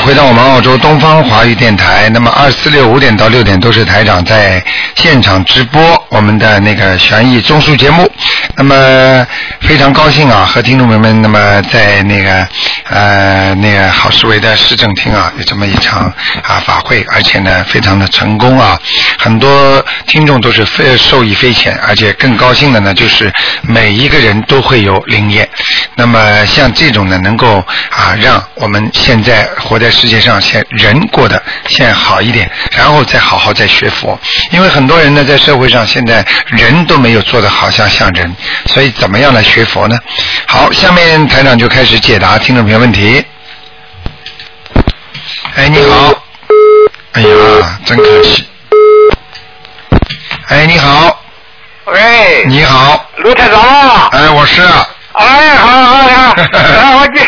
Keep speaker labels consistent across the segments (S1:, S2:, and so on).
S1: 回到我们澳洲东方华语电台。那么二四六五点到六点都是台长在现场直播我们的那个悬疑综述节目。那么非常高兴啊，和听众朋友们那么在那个呃那个好市委的市政厅啊有这么一场啊法会，而且呢非常的成功啊，很多听众都是非受益匪浅，而且更高兴的呢就是每一个人都会有灵验。那么像这种呢，能够啊，让我们现在活在世界上，先人过得先好一点，然后再好好再学佛。因为很多人呢，在社会上现在人都没有做得好像像人，所以怎么样来学佛呢？好，下面台长就开始解答听众朋友问题。哎，你好。哎呀，真可惜。哎，你好，
S2: 喂，
S1: 你好，
S2: 卢台长啊，
S1: 哎，我是啊。
S2: 哎，好好好，啊，我这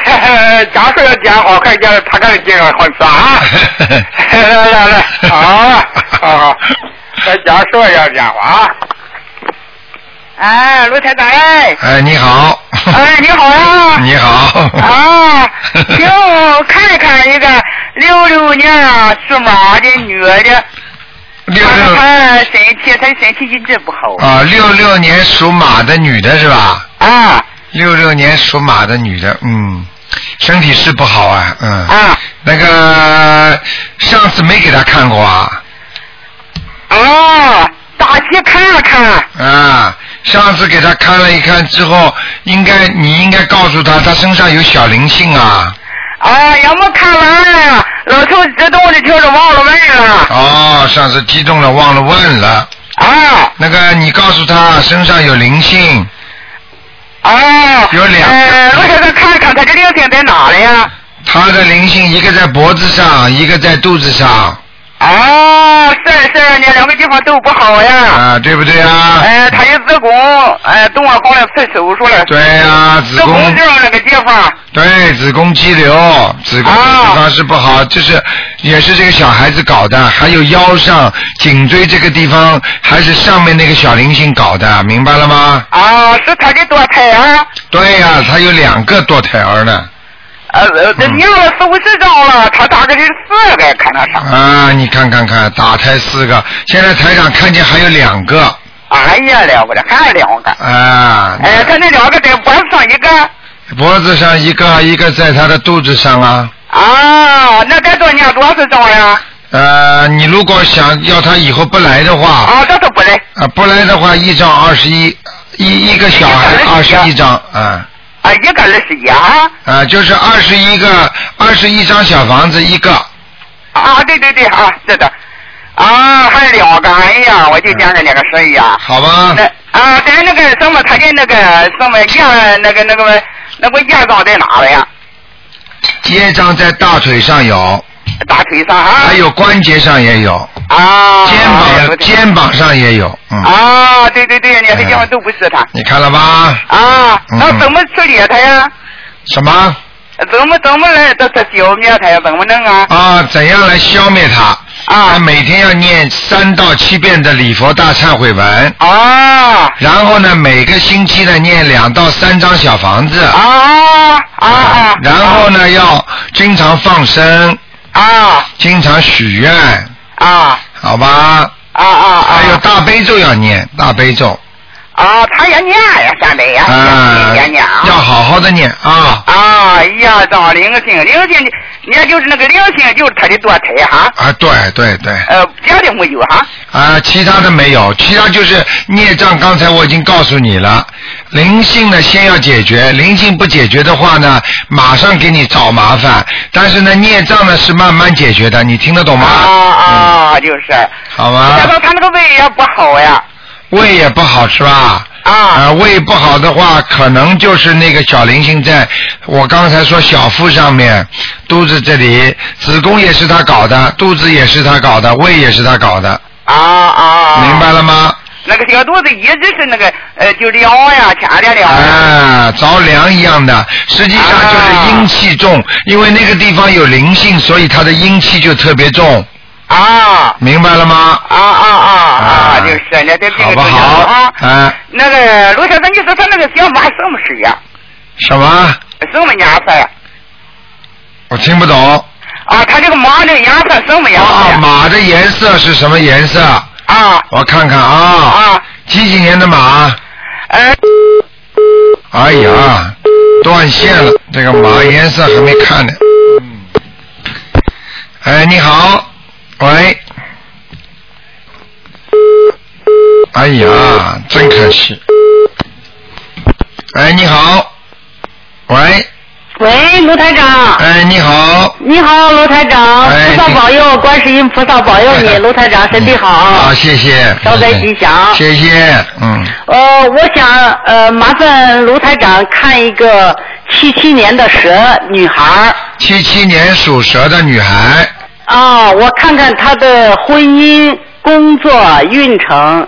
S2: 讲说要讲，我看讲他看讲好吃啊，来来来，好，啊好，再讲说要讲啊，哎，卢台长哎，
S1: 哎，你好。
S2: 哎，你好呀，
S1: 你好。
S2: 啊，请我看看一个六六年啊属马的女的，
S1: 六
S2: 她
S1: 六
S2: 她身体她身体一直不好
S1: 啊，六六年属马的女的是吧？
S2: 啊
S1: 六六年属马的女的，嗯，身体是不好啊，嗯。
S2: 啊
S1: 那个上次没给她看过啊，
S2: 啊，打去看了看。
S1: 啊，上次给她看了一看之后，应该你应该告诉她，她身上有小灵性啊。
S2: 哎，要么看完了，老头激动的听着忘了问了。
S1: 哦，上次激动了忘了问了，
S2: 啊
S1: 那个你告诉她身上有灵性，
S2: 啊！
S1: 有两
S2: 呃，我想再看看他这灵性在哪了呀？
S1: 她的灵性一个在脖子上，一个在肚子上。
S2: 啊，是是，那两个地方都不好呀。
S1: 啊，对不对啊？
S2: 呃，他有子宫，呃，动了动了次手术了。
S1: 对啊，子
S2: 子宫
S1: 宫
S2: 这样那个地方。
S1: 对子宫肌瘤，子宫
S2: 啊
S1: 地方是不好，就是也是这个小孩子搞的，还有腰上、颈椎这个地方，还是上面那个小灵性搞的，明白了吗？
S2: 啊，是他的堕胎啊。
S1: 对呀、他有两个堕胎儿呢。
S2: 呃，呃这
S1: 嗯
S2: 名了四五十张了，他大概是四个，看那啥。
S1: 啊，你看看看，打胎四个，现在台长看见还有两个
S2: 哎呀，了不得，还两个。
S1: 啊，
S2: 哎，他那两个在脖子上一个。
S1: 脖子上一个，一个在他的肚子上啊。
S2: 啊，那该多念多少张呀？
S1: 呃，你如果想要他以后不来的话，
S2: 啊，这都不来。
S1: 啊，不来的话，一张二十一，一一个小孩
S2: 一个
S1: 二
S2: 二
S1: 十
S2: 十
S1: 一
S2: 一
S1: 张啊
S2: 啊，一个二十一啊。
S1: 啊，就是二十一个二十一张小房子一个，
S2: 啊，对对对啊，是的。啊，还有两个，哎呀，我就念了两个十一啊。
S1: 好吧
S2: 那？啊，咱那个什么，他的那个什么业，那个那个那个业障在哪了呀？
S1: 业障在大腿上有，
S2: 大腿上啊。
S1: 还。有关节上也有，
S2: 啊。
S1: 肩
S2: 对
S1: 膀
S2: 对
S1: 肩膀上也有，嗯，
S2: 啊，对对对，两个地方都不是他。
S1: 你看了吧？
S2: 啊，
S1: 嗯
S2: 那怎么处理他呀？
S1: 什么
S2: 怎么怎么来这这消灭他呀？怎么弄啊？
S1: 啊？怎样来消灭它？啊，
S2: 啊
S1: 每天要念三到七遍的礼佛大忏悔文，
S2: 啊。
S1: 然后呢，每个星期呢念两到三张小房子。
S2: 啊啊啊！
S1: 然后呢，要经常放生，
S2: 啊
S1: 经常许愿，
S2: 啊
S1: 好吧？
S2: 啊啊！
S1: 还有大悲咒要念，大悲咒
S2: 啊，他也念呀，现在呀，
S1: 啊，
S2: 也念
S1: 要
S2: 啊。
S1: 好好的念啊。
S2: 啊，呀，长灵性，灵性的，你看就是那个灵性，就是他的堕胎哈，
S1: 啊，对对对，
S2: 呃，别的没有哈。
S1: 啊，其他的没有，其他就是孽障。刚才我已经告诉你了，灵性呢先要解决，灵性不解决的话呢，马上给你找麻烦。但是呢，孽障呢是慢慢解决的，你听得懂
S2: 啊
S1: 吗？嗯
S2: 啊，就是。
S1: 好
S2: 再
S1: 吗
S2: 说？他那个胃也不好呀。
S1: 胃也不好是吧？
S2: 啊
S1: 啊，胃不好的话，可能就是那个小灵性在我刚才说小腹上面、肚子这里，子宫也是他搞的，肚子也是他搞的，胃也是他搞的，
S2: 啊啊！
S1: 明白。了吗？
S2: 那个小肚子一直是那个呃，就凉呀，天天凉呀。
S1: 啊，着凉一样的，实际上就是阴气重，因为那个地方有灵性，所以它的阴气就特别重，
S2: 啊
S1: 明白了吗？
S2: 啊啊啊
S1: 啊
S2: 啊！就是，那这这
S1: 好
S2: 个
S1: 不
S2: 就
S1: 好？
S2: 啊。
S1: 啊，
S2: 那个卢先生，你说他那个想法什么事呀？
S1: 什么？
S2: 什么年份呀？
S1: 我听不懂。
S2: 啊，它这个麻这个颜色什么颜色
S1: 啊，
S2: 呀？
S1: 马的颜色是什么颜色？
S2: 啊
S1: 我看看啊，
S2: 啊，
S1: 几几年的马？
S2: 呃，
S1: 哎呀，断线了，这个马颜色还没看呢。嗯。哎，你好，喂。哎呀，真可惜。哎，你好，喂，
S3: 喂，卢台长，
S1: 哎，你好。
S3: 你好，卢台长，
S1: 哎
S3: 菩萨保佑，观世音菩萨保佑哎你，卢台长身体好
S1: 哎好，。谢谢。
S3: 招灾吉祥
S1: 谢谢，嗯，
S3: 呃，我想呃麻烦卢台长看一个七七年的蛇女孩儿
S1: 七七年属蛇的女孩，
S3: 啊，我看看她的婚姻、工作、运程，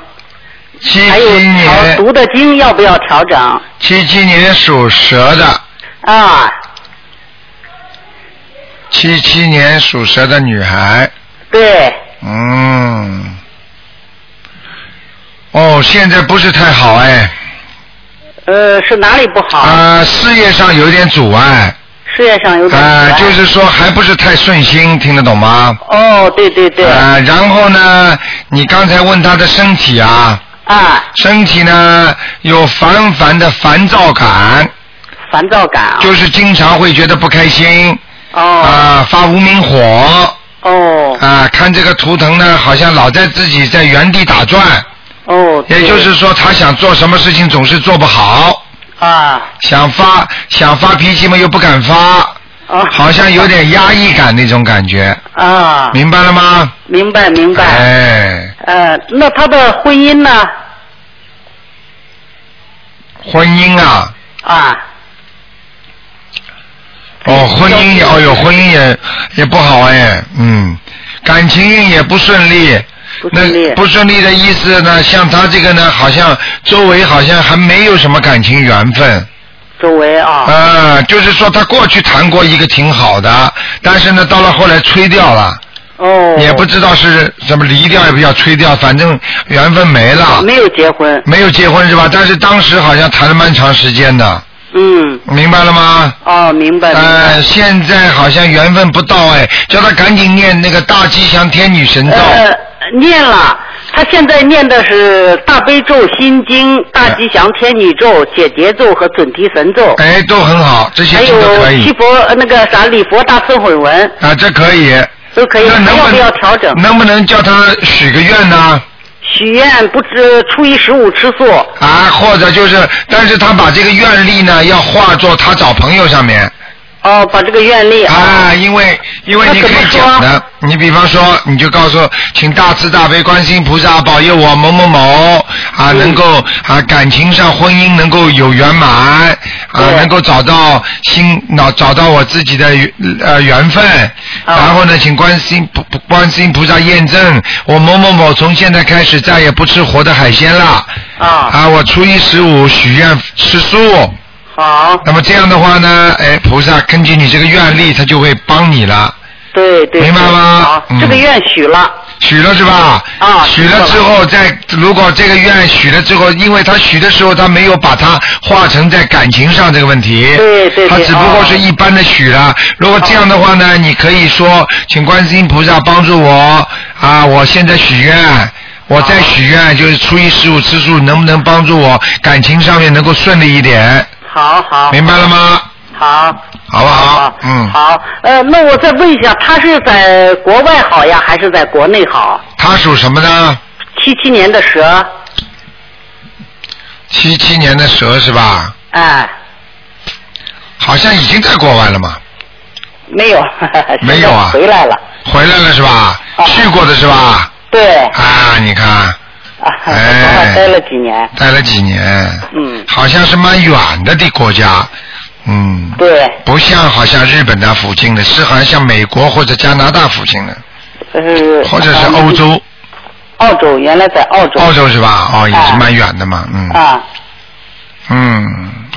S1: 七
S3: 还
S1: 七
S3: 有调
S1: 年
S3: 读的经要不要调整
S1: 七七年属蛇的，
S3: 啊？
S1: 七七年属蛇的女孩，
S3: 对，
S1: 嗯，哦，现在不是太好哎，
S3: 呃，是哪里不好？
S1: 啊，事业上有点阻碍，
S3: 事业上有点阻
S1: 啊
S3: 碍，
S1: 就是说还不是太顺心，听得懂吗？
S3: 哦，对对对，
S1: 啊，然后呢，你刚才问他的身体啊，
S3: 啊，
S1: 身体呢有烦烦的烦躁感，
S3: 啊烦躁感啊，
S1: 就是经常会觉得不开心，
S3: 哦
S1: 啊，发无名火，
S3: 哦
S1: 啊，看这个图腾呢，好像老在自己在原地打转，
S3: 哦，
S1: 也
S3: 对
S1: 就是说他想做什么事情总是做不好，
S3: 啊，
S1: 想发想发脾气嘛又不敢发，
S3: 哦，
S1: 好像有点压抑感那种感觉，
S3: 啊，
S1: 明白了吗？
S3: 明白明白。
S1: 哎，
S3: 呃，那他的婚姻呢？
S1: 婚姻啊，
S3: 啊，嗯
S1: 哦，婚姻也，哦哟，婚姻也也不好哎，嗯，感情运也不顺利。
S3: 不顺利
S1: 那不顺利的意思呢？像他这个呢，好像周围好像还没有什么感情缘分，
S3: 周围啊，
S1: 啊，就是说他过去谈过一个挺好的，但是呢，到了后来吹掉了，
S3: 哦，
S1: 呃也不知道是怎么离掉，也不叫吹掉，反正缘分没了，
S3: 没有结婚，
S1: 没有结婚是吧？但是当时好像谈了蛮长时间的，
S3: 嗯，
S1: 明白了吗？
S3: 哦，明白明
S1: 呃，
S3: 白。
S1: 现在好像缘分不到哎，叫他赶紧念那个大吉祥天女神咒。
S3: 呃，念了，他现在念的是大悲咒、心经、
S1: 哎
S3: 大吉祥天女咒、解结咒和准提神咒，
S1: 哎，都很好，这些
S3: 还
S1: 经都可
S3: 有
S1: 以
S3: 七佛呃那个啥礼佛大忏悔文
S1: 啊，这可以。
S3: 都可以，
S1: 那
S3: 还
S1: 能
S3: 要
S1: 不
S3: 不要调整？
S1: 能不能叫他许个愿呢、
S3: 许愿不知初一十五吃素，
S1: 啊，或者就是，但是他把这个愿力呢，要化作他找朋友上面
S3: 哦，把这个愿力
S1: 啊，因为因为
S3: 那
S1: 你可
S3: 怎么
S1: 以
S3: 说
S1: 讲的，你比方说，你就告诉，请大慈大悲观世音菩萨保佑我某某某
S3: 嗯
S1: 啊，能够啊感情上婚姻能够有圆满啊，
S3: 对
S1: 能够找到心找找到我自己的呃缘分，
S3: 啊
S1: 然后呢，请观世音菩观世音菩萨验证我某某某从现在开始再也不吃活的海鲜了。
S3: 啊，
S1: 啊，我初一十五许愿吃素，
S3: 好，
S1: 那么这样的话呢，哎，菩萨根据你这个愿力，他就会帮你了。
S3: 对对，
S1: 明白吗
S3: 好
S1: 嗯，
S3: 这个愿许了，
S1: 许了是吧？
S3: 啊
S1: 许了之后再，如果这个愿许了之后，因为他许的时候他没有把它化成在感情上这个问题，
S3: 对对对啊
S1: 他只不过是一般的许了。如果这样的话呢，你可以说，请观世音菩萨帮助我啊，我现在许愿。我再许愿，就是初一十五吃素，能不能帮助我感情上面能够顺利一点？
S3: 好好
S1: 明白了吗？
S3: 好，
S1: 好不好？嗯，
S3: 好，呃，那我再问一下，他是在国外好呀，还是在国内好？
S1: 他属什么呢？
S3: 七七年的蛇，
S1: 七七年的蛇是吧？
S3: 哎，
S1: 好像已经在国外了嘛，
S3: 没有，
S1: 没有啊
S3: 现在回来了，
S1: 回来了是吧？
S3: 啊
S1: 去过的是吧？
S3: 对，
S1: 啊，你看，
S3: 啊， 在
S1: 哎
S3: 国外待了几年，
S1: 待了几年，
S3: 嗯，
S1: 好像是蛮远的的国家，嗯，
S3: 对，
S1: 不像好像日本那附近的，是好像像美国或者加拿大附近的，
S3: 呃，
S1: 或者是欧、洲，
S3: 澳洲，原来在澳洲，
S1: 澳洲是吧？哦，也是
S3: 啊
S1: 蛮远的嘛，嗯
S3: 啊
S1: 嗯，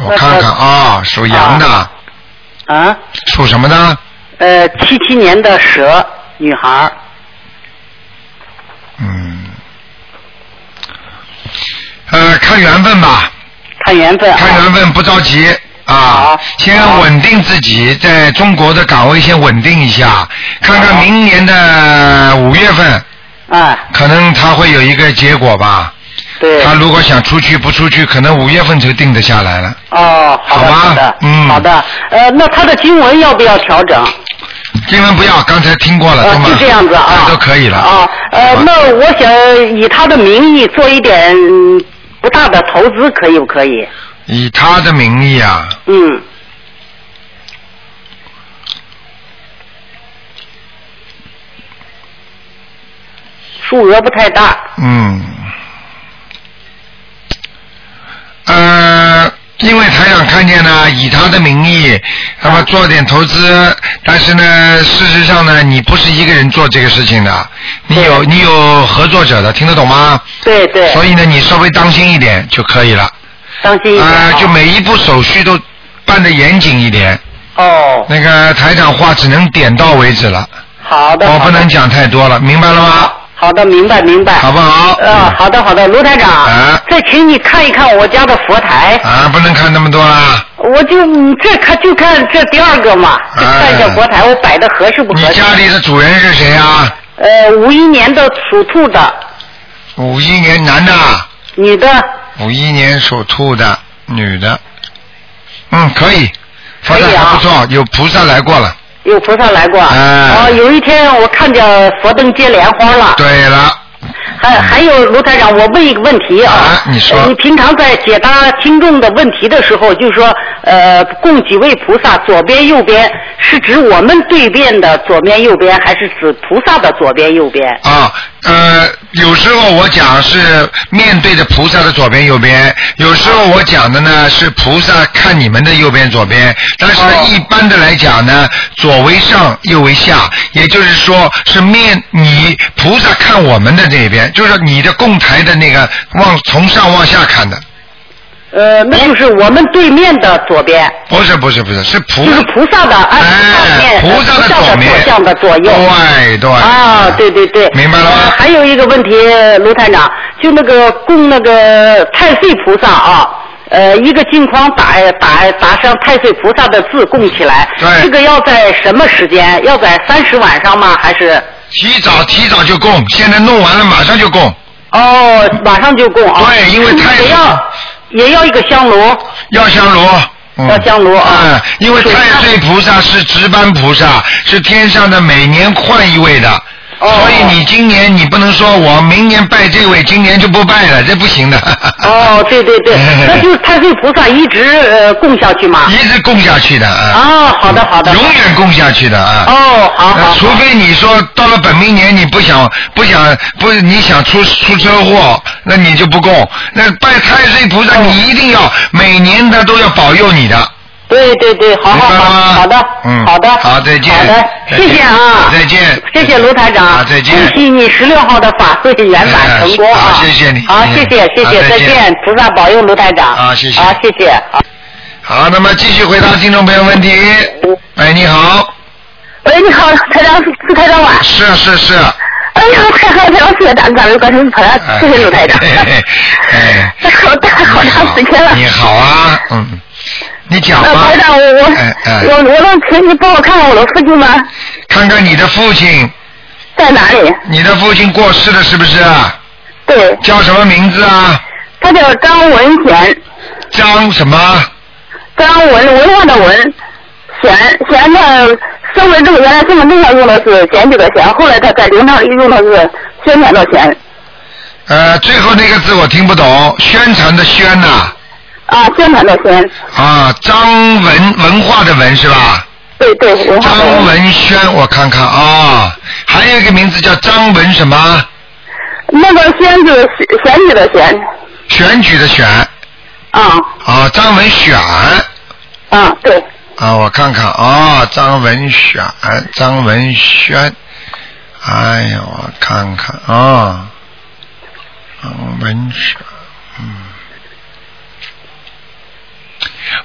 S1: 我看看啊，属羊的，
S3: 啊，
S1: 属什么呢？
S3: 呃，七七年的蛇女孩儿，
S1: 嗯，呃，看缘分吧，
S3: 看缘分啊，
S1: 看缘分不着急，啊，先稳定自己在中国的岗位，先稳定一下，看看明年的五月份，
S3: 哎，
S1: 可能他会有一个结果吧。
S3: 对，
S1: 他如果想出去不出去，可能五月份就定得下来了。
S3: 哦，好的，
S1: 好吧
S3: 好的，
S1: 嗯
S3: 好的，呃，那他的经文要不要调整？
S1: 经文不要，刚才听过了，
S3: 呃
S1: 都，蛮
S3: 就这样子啊，
S1: 都可以了。
S3: 啊，呃
S1: 好，吧
S3: 那我想以他的名义做一点嗯不大的投资，可以不可以？
S1: 以他的名义啊，
S3: 嗯，数额不太大，
S1: 嗯，呃，因为台长看见呢，以他的名义，那么做点投资，但是呢，事实上呢，你不是一个人做这个事情的，你有你有合作者的，听得懂吗？
S3: 对对，
S1: 所以呢，你稍微当心一点就可以了，
S3: 当心一点
S1: 啊、
S3: 啊。
S1: 就每一步手续都办得严谨一点。
S3: 哦，
S1: 那个台长话只能点到为止了，
S3: 好的，
S1: 我
S3: 好
S1: 不
S3: 的嗯
S1: 能讲太多了，明白了吗？
S3: 好的，明白明白。
S1: 好不好？
S3: 呃，好的好的，卢台长，
S1: 啊
S3: 再请你看一看我家的佛台，
S1: 啊，不能看那么多啦。
S3: 我就你这看就看这第二个嘛，就看一下佛台我摆的合适不合
S1: 哎你
S3: 适。
S1: 家里的主人是谁啊？
S3: 呃，五一年的属兔的
S1: 五一年男的，
S3: 女的，
S1: 五一年属兔的女的。嗯，可以，发的
S3: 可以啊
S1: 还不错，有菩萨来过了。
S3: 有菩萨来过。
S1: 哎
S3: 哦，有一天我看见佛灯结莲花了。
S1: 对了，
S3: 还还有卢台长，我问一个问题啊，
S1: 啊你说
S3: 呃你平常在解答听众的问题的时候，就是说，呃，供几位菩萨，左边右边，是指我们对面的左边右边，还是指菩萨的左边右边？
S1: 啊，呃，有时候我讲是面对着菩萨的左边右边，有时候我讲的呢是菩萨看你们的右边左边，但是呢，
S3: 哦
S1: 一般的来讲呢，左为上，右为下，也就是说是面你菩萨看我们的这边，就是你的供台的那个往从上往下看的，
S3: 呃，那就是我们对面的左边，
S1: 不是不是不是是菩
S3: 就是菩萨的按
S1: 哎
S3: 菩萨面，
S1: 的
S3: 呃
S1: 左面，
S3: 菩萨的左向的左右。
S1: 对对
S3: 啊，对对对，
S1: 哎明白了吗
S3: 呃还有一个问题，卢台长，就那个供那个太岁菩萨啊，呃，一个镜框打打打上太岁菩萨的字供起来，
S1: 对
S3: 这个要在什么时间？要在三十晚上吗？还是
S1: 提早提早就供，现在弄完了马上就供。
S3: 哦，马上就供啊？
S1: 对因为太
S3: 也要也要一个香炉，
S1: 要香炉。嗯
S3: 要香炉啊
S1: 嗯，因为太岁菩萨是值班菩萨，是天上的每年换一位的。
S3: 哦
S1: 所以你今年你不能说我明年拜这位，今年就不拜了，这不行的。，
S3: 哦，对对对那就是太岁菩萨一直呃供下去 嘛。
S1: 一直供下去的啊。
S3: 啊，好的好的。
S1: 永远供下去的啊。
S3: 哦，好好
S1: 呃
S3: 好。
S1: 除非你说到了本命年你不想不想不是你想出出车祸，那你就不供。那拜太岁菩
S3: 哦
S1: 萨，你一定要每年他都要保佑你的。
S3: 对对对，好好
S1: 明白
S3: 好
S1: 了吗，
S3: 好的，
S1: 嗯
S3: 好的，
S1: 好再见
S3: 好的，
S1: 再见
S3: 谢谢啊，
S1: 再见
S3: 谢谢卢台长，
S1: 啊再见
S3: 恭喜你十六号的法会圆满成功啊，
S1: 哎好谢谢你
S3: 好，
S1: 嗯
S3: 谢谢谢
S1: 好
S3: 谢，
S1: 再
S3: 再
S1: 见
S3: 见，菩萨保佑卢台长，
S1: 啊谢谢
S3: 啊谢谢，啊
S1: 好，那么继续回答听众朋友问题。喂，你好，
S4: 喂，你好，台长是台长吧？
S1: 是啊是是，
S4: 哎呀，太好了，台长谢谢大家，观众朋友，谢谢刘台长。
S1: 哎哎
S4: 哎好大好长时间了。
S1: 你好啊，嗯，你讲
S4: 呃，
S1: 吧
S4: 台。长，我我、
S1: 哎哎
S4: 我我能请你帮我看看我的父亲吗？
S1: 看看你的父亲，
S4: 在哪里？
S1: 你的父亲过世了是不是啊？
S4: 对，
S1: 叫什么名字啊？
S4: 他叫张文贤，
S1: 张什么？
S4: 张文文化的文，贤贤呢，身份证原来身份证上用的是贤这个贤，后来他在铃铛里用的是宣传的贤，
S1: 呃，最后那个字我听不懂，宣传的宣呐、
S4: 啊，宣传的宣，
S1: 啊，张文文化的文是吧？
S4: 对对，文化的
S1: 张
S4: 文。
S1: 文轩，我看看啊、还有一个名字叫张文什么？
S4: 那个宣是选举的选，
S1: 选举的选
S4: 啊
S1: 啊，张文选
S4: 啊，对，
S1: 啊，我看看啊，张文选，张文轩，哎呀，我看看啊，张文选，嗯，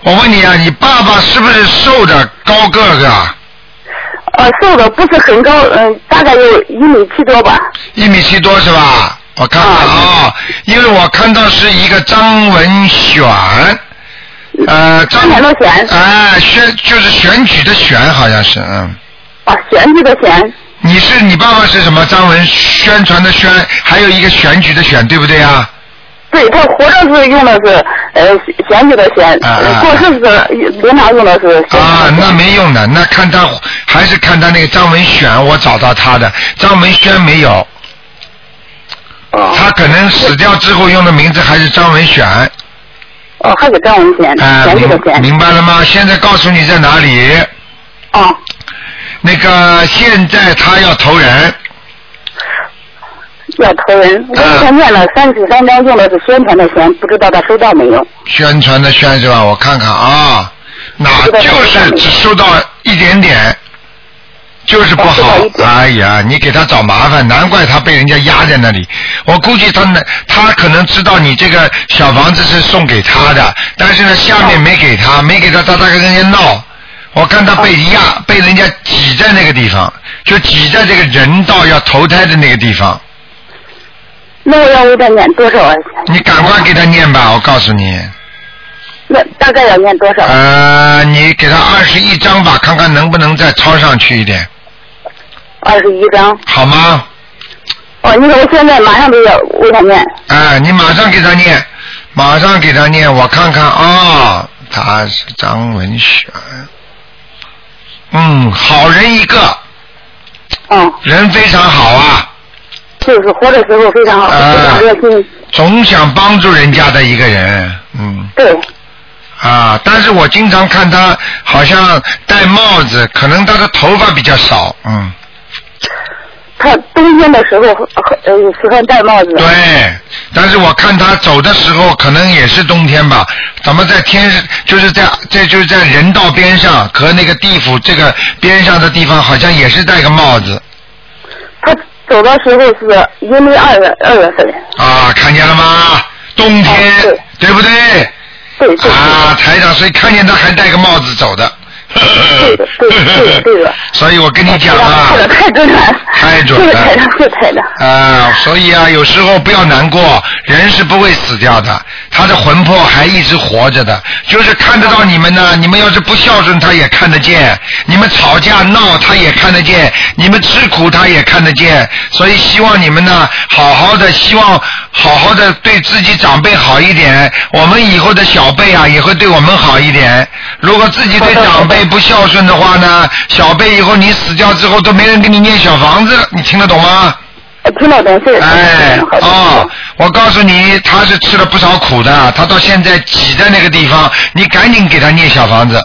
S1: 我问你啊，你爸爸是不是瘦的高个个啊？
S4: 呃，瘦的不是很高，嗯，大概有一米七多吧。
S1: 一米七多是吧？我啊看看啊、因为我看到是一个张文选，呃，张
S3: 三点多钱
S1: 哎、选就是选举的选，好像是嗯。
S3: 啊，选举的选，
S1: 你是你爸爸是什么？张文宣传的宣，还有一个选举的选，对不对啊？
S3: 对他活着是用的是呃选举的选，
S1: 啊啊
S3: 呃过世是灵堂用的是选举的
S1: 啊，
S3: 选
S1: 那没用的，那看他还是看他那个张文选，我找到他的张文轩没有，
S3: 哦
S1: 他可能死掉之后用的名字还是张文选，啊、
S3: 哦，还给张文选，选举的
S1: 明
S3: 选，
S1: 明白了吗？现在告诉你在哪里，
S3: 哦
S1: 那个现在他要投人，
S3: 要投人，我
S1: 啊
S3: 之前念了三十三章，用的是宣传的宣，不知道他收到没有？
S1: 宣传的宣是吧？我看看啊，哪就是只收到一点点，就是不好
S3: 哦收到一。点
S1: 哎呀，你给他找麻烦，难怪他被人家压在那里。我估计他呢，他可能知道你这个小房子是送给他的，但是呢，下面没给他，没给他，他他跟人家闹。我看他被
S3: 哦
S1: 压，被人家挤在那个地方，就挤在这个人道要投胎的那个地方。
S3: 那我要为他念多少啊？
S1: 你赶快给他念吧，我告诉你。
S3: 那大概要念多少？
S1: 呃，你给他二十一张吧，看看能不能再抄上去一点，
S3: 二十一章。
S1: 好吗？
S3: 哦，你说我现在马上就要为他念。
S1: 哎、你马上给他念，马上给他念，我看看啊、他是张文选，嗯，好人一个，
S3: 嗯，
S1: 人非常好啊，
S3: 就是活的时候非常好，
S1: 啊
S3: 非常热心。
S1: 总想帮助人家的一个人，嗯
S3: 对，
S1: 啊，但是我经常看他好像戴帽子，可能他的头发比较少，嗯。
S3: 他冬天的时候呃喜欢戴帽子。
S1: 对，但是我看他走的时候，可能也是冬天吧。咱们在天，就是在这就是在人道边上和那个地府这个边上的地方，好像也是戴个帽子
S3: 他走的时候是阴历二月二月份。
S1: 啊，看见了吗？冬天，
S3: 哦对
S1: 对不对？
S3: 对对对。
S1: 啊，台长，所以看见他还戴个帽子走的。
S3: 对的对的对的对的
S1: 所以我跟你讲啊
S3: 说，的太准了，
S1: 太准了
S3: 是太准，是太准。
S1: 啊，所以啊，有时候不要难过，人是不会死掉的，他的魂魄还一直活着的，就是看得到你们呢。你们要是不孝顺，他也看得见；你们吵架闹，他也看得见；你们吃苦，他也看得见。所以希望你们呢，好好的，希望好好的对自己长辈好一点，我们以后的小辈啊，也会对我们好一点。如果自己对长辈不孝顺的话呢，小辈以后你死掉之后都没人给你念小房子，你听得懂吗？
S3: 呃听到懂 是。
S1: 嗯哎，
S3: 好的
S1: 哦，，我告诉你，他是吃了不少苦的，他到现在挤在那个地方，你赶紧给他念小房子。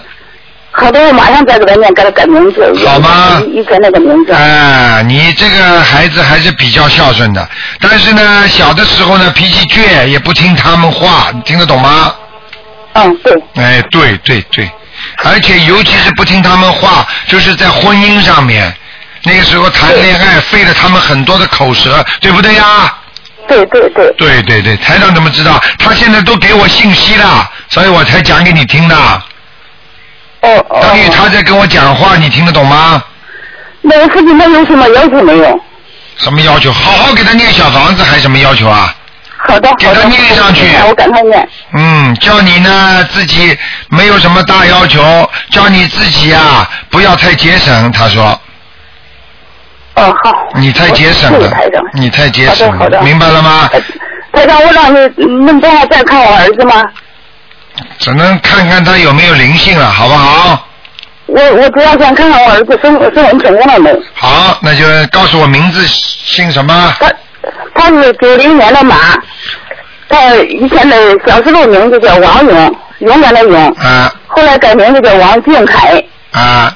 S3: 好的，我马上再给他念，给他改名字。
S1: 好吗
S3: 以前那个名字。
S1: 哎，你这个孩子还是比较孝顺的，但是呢，小的时候呢脾气倔，也不听他们话，你听得懂吗？
S3: 嗯，对，
S1: 哎，对对对，而且尤其是不听他们话，就是在婚姻上面，那个时候谈恋爱费了他们很多的口舌，对不对呀？
S3: 对对对。
S1: 对对对，台长怎么知道？他现在都给我信息了，所以我才讲给你听的。
S3: 哦哦。
S1: 等于他在跟我讲话，你听得懂吗？
S3: 那我父亲他有什么要求没有？
S1: 什么要求？好好给他念小房子，还什么要求啊？
S3: 好的，好
S1: 给
S3: 的。
S1: 他念上去
S3: 我赶快念。
S1: 嗯，叫你呢自己没有什么大要求，叫你自己啊不要太节省。他说
S3: 哦，好。
S1: 你太节省
S3: 我谢
S1: 了
S3: 谢台长，
S1: 你太节省
S3: 好的好
S1: 了，
S3: 的
S1: 明白了吗？
S3: 呃台长，我让你嗯能帮我再看我儿子吗？
S1: 只能看看他有没有灵性了，好不好？
S3: 我我主要想看看我儿子生生完成功了没？
S1: 好，那就告诉我名字姓什么？
S3: 他他是九零年的马，他以前的小时候名字叫王勇，勇敢的勇，
S1: 啊
S3: 后来改名字叫王俊凯，
S1: 啊，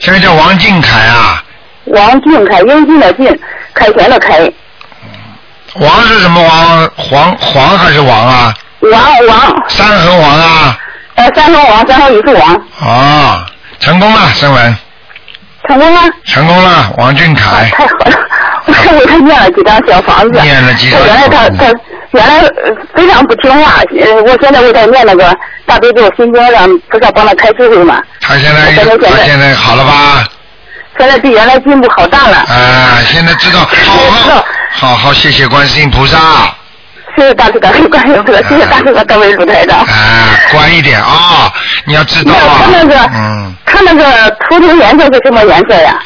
S1: 现在叫王俊凯啊，
S3: 王俊凯，英俊的俊，凯旋的凯，
S1: 王是什么王？黄黄还是王啊？
S3: 王王，
S1: 三横王啊？
S3: 呃，三横王，三横一竖王，
S1: 哦，成功了，声文，
S3: 成功了，啊
S1: 成功了，王俊凯。
S3: 太好了， 我还为他念了几张小房子，
S1: 哎念了几张
S3: 原来他
S1: 小房子
S3: 他原来呃非常不听话，呃，我现在为他念那个大悲咒心经，让菩萨帮他开智慧嘛，
S1: 他现在
S3: 我跟他讲
S1: 他现在好了吧？啊
S3: 现在比原来进步好大了。
S1: 啊，现在知道，好
S3: 我知
S1: 好
S3: 道
S1: 好好，谢谢观世音菩萨。
S4: 谢谢大师感恩观音菩萨，谢谢大师和各位主台长。
S1: 啊，乖一点啊、你要知道
S4: 那
S1: 啊
S4: 看那个，
S1: 嗯，
S4: 看那个图腾颜色是什么颜色呀？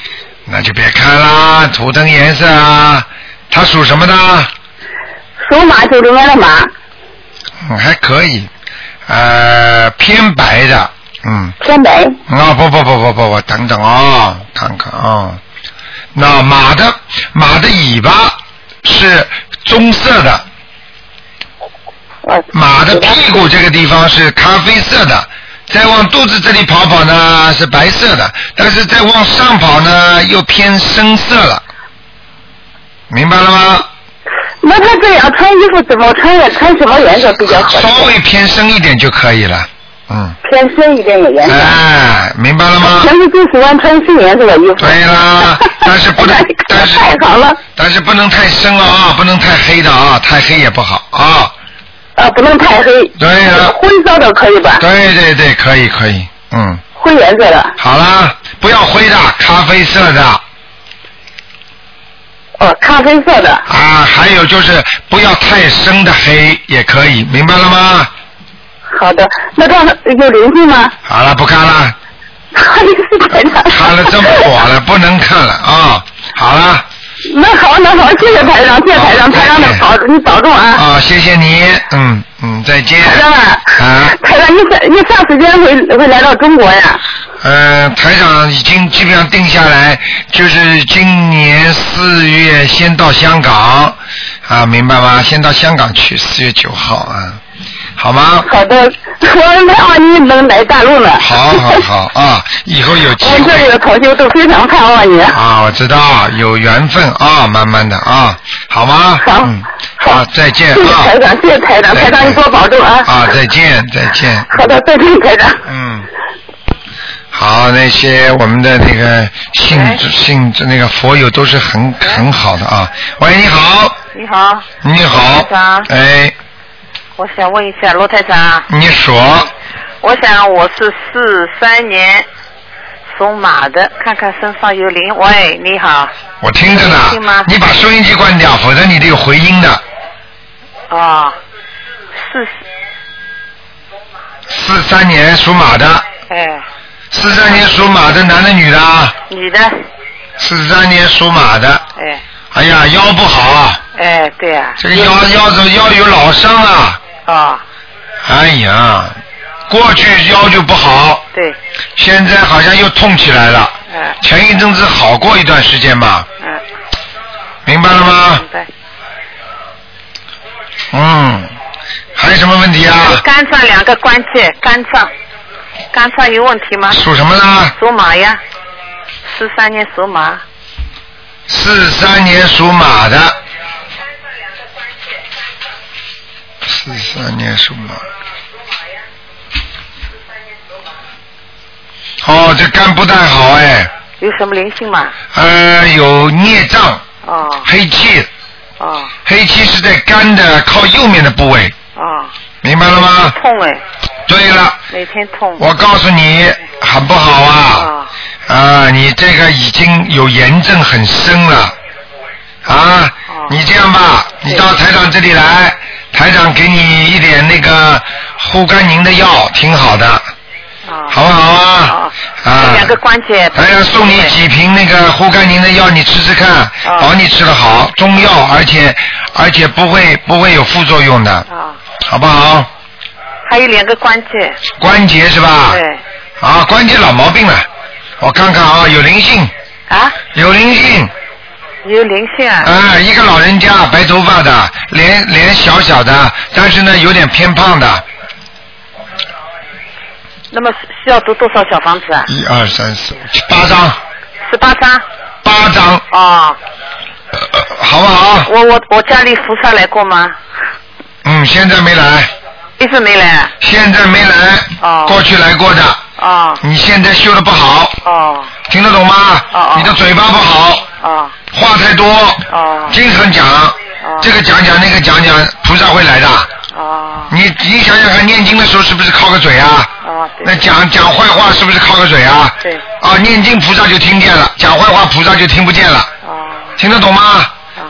S1: 那就别看啦，图腾颜色啊，它属什么的？
S4: 属马九零年的马，
S1: 嗯，还可以，呃，偏白的，嗯，
S4: 偏白。
S1: 啊、不不不不不不，等等啊、看看啊、那马的马的尾巴是棕色的，
S4: 呃
S1: 马的屁股这个地方是咖啡色的，再往肚子这里跑跑呢是白色的，但是再往上跑呢又偏深色了，明白了吗？
S4: 那他这样穿衣服怎么穿呀？穿什么颜色比较合适？
S1: 稍微偏深一点就可以了，嗯，
S4: 偏深一点的颜色。
S1: 哎，明白了吗？
S4: 平时就喜欢穿深颜色的衣服。，，
S1: 对啦但是不能但 是
S4: 太好了，
S1: 但是不能太深了啊，不能太黑的啊，太黑也不好啊。
S4: 呃，不能太黑。
S1: 对呀
S4: 灰色的可以 吧？
S1: 对对对，可以可以，嗯，
S4: 灰颜色的。
S1: 好啦，不要灰的，咖啡色的
S4: 哦，咖啡色的。
S1: 啊，还有就是不要太深的黑也可以，明白了吗？
S4: 好的，那他有灵性吗？
S1: 好了，不看了，
S4: 是台长。
S1: 看了这么火了，不能看了啊。好了，
S4: 那好，那好，谢谢台长，谢谢台长，
S1: 好
S4: 台长
S1: 再见
S4: 保你保重啊，
S1: 啊，谢谢你，嗯嗯，再见。
S4: 台长啊
S1: 啊，
S4: 台长，你啥你啥时间会会来到中国呀？
S1: 呃，台长已经基本上定下来，就是今年四月先到香港，啊，明白吗？先到香港去，四月九号啊，好吗？
S4: 好的，我盼望你能来大陆呢。
S1: 好好好啊，以后有机
S3: 嗯
S4: 我们这里
S1: 会
S4: 的同学都非常盼望你。
S1: 啊，我知道有缘分啊，慢慢的啊，好吗？
S4: 好
S1: 嗯，好，再见
S4: 谢谢
S1: 啊，
S4: 台长，谢谢台长，
S1: 再
S4: 台长你多保重啊。
S1: 啊，再见再见。
S4: 好的，再见，台长。
S1: 嗯，好，那些我们的那个信信那个佛友都是很很好的啊。喂，你好，
S5: 你好，
S1: 你好
S5: 罗台长，
S1: 哎，
S5: 我想问一下罗台长，
S1: 你说，
S5: 我想我是四三年属马的，看看身上有灵。喂，你好，
S1: 我听着
S5: 听吗
S1: 呢，你把收音机关掉，否则你得有回音的。
S5: 哦，四，
S1: 四三年属马的，
S5: 哎，
S1: 四三年属马的，男的女的啊？
S5: 女的，
S1: 四三年属马的，
S5: 哎，
S1: 哎呀，腰不好啊，
S5: 哎，对啊，
S1: 这个腰腰子腰有老伤啊，
S5: 哦，
S1: 哎呀，过去腰就不好，
S5: 对，
S1: 现在好像又痛起来了。
S5: 嗯
S1: 前一阵子好过一段时间吧，
S5: 嗯，
S1: 明白了吗
S5: 明？白。
S1: 嗯，还有什么问题啊？
S5: 肝脏两个关节，肝脏，肝脏有问题吗？
S1: 属什么呢？
S5: 属马呀，四三年属马，
S1: 四三年属马的。四三年属马。哦，这肝不太好哎，
S5: 有什么灵性吗？
S1: 呃，有孽障、
S5: 哦，
S1: 黑气，
S5: 哦，
S1: 黑气是在肝的靠右面的部位，
S5: 哦，
S1: 明白了吗？
S5: 痛哎，
S1: 对了，
S5: 每天痛。
S1: 我告诉你，很不好啊！
S5: 哦
S1: 啊，你这个已经有炎症很深了啊
S5: 哦！
S1: 你这样吧，你到台长这里来，台长给你一点那个护肝宁的药，挺好的，
S5: 哦
S1: 好不好啊
S5: 哦？
S1: 啊
S5: 这，两个关节。
S1: 台长送你几瓶那个护肝宁的药，你吃吃看，
S5: 哦
S1: 保你吃的好，中药，而且而且不会不会有副作用的，
S5: 啊，
S1: 好不好？
S5: 还有两个关节。
S1: 关节是吧？
S5: 对。
S1: 啊，关节老毛病了，我看看啊，有灵性，
S5: 啊，
S1: 有灵性，
S5: 有灵性啊。
S1: 啊，一个老人家，白头发的，脸脸小小的，但是呢有点偏胖的，
S5: 那么需要读多少小房子啊？
S1: 一二三四五七八张，
S5: 十八张。
S1: 八张，
S5: 哦，
S1: 呃呃好不好？
S5: 我我我家里菩萨来过吗？
S1: 嗯，现在没来，
S5: 一直没来啊。
S1: 现在没来，
S5: 哦
S1: 过去来过的，
S5: 哦
S1: 你现在修的不好，
S5: 哦
S1: 听得懂吗？
S5: 哦哦
S1: 你的嘴巴不好，
S5: 哦
S1: 话太多，
S5: 哦
S1: 经常讲，这个讲讲那个讲讲，菩萨会来的。
S5: 哦
S1: 你你想想看，念经的时候是不是靠个嘴啊？
S5: 哦，
S1: 那
S5: 对
S1: 讲讲坏话是不是靠个嘴啊？
S5: 对。
S1: 啊，念经菩萨就听见了，讲坏话菩萨就听不见了，
S5: 哦
S1: 听得懂吗？
S5: 哦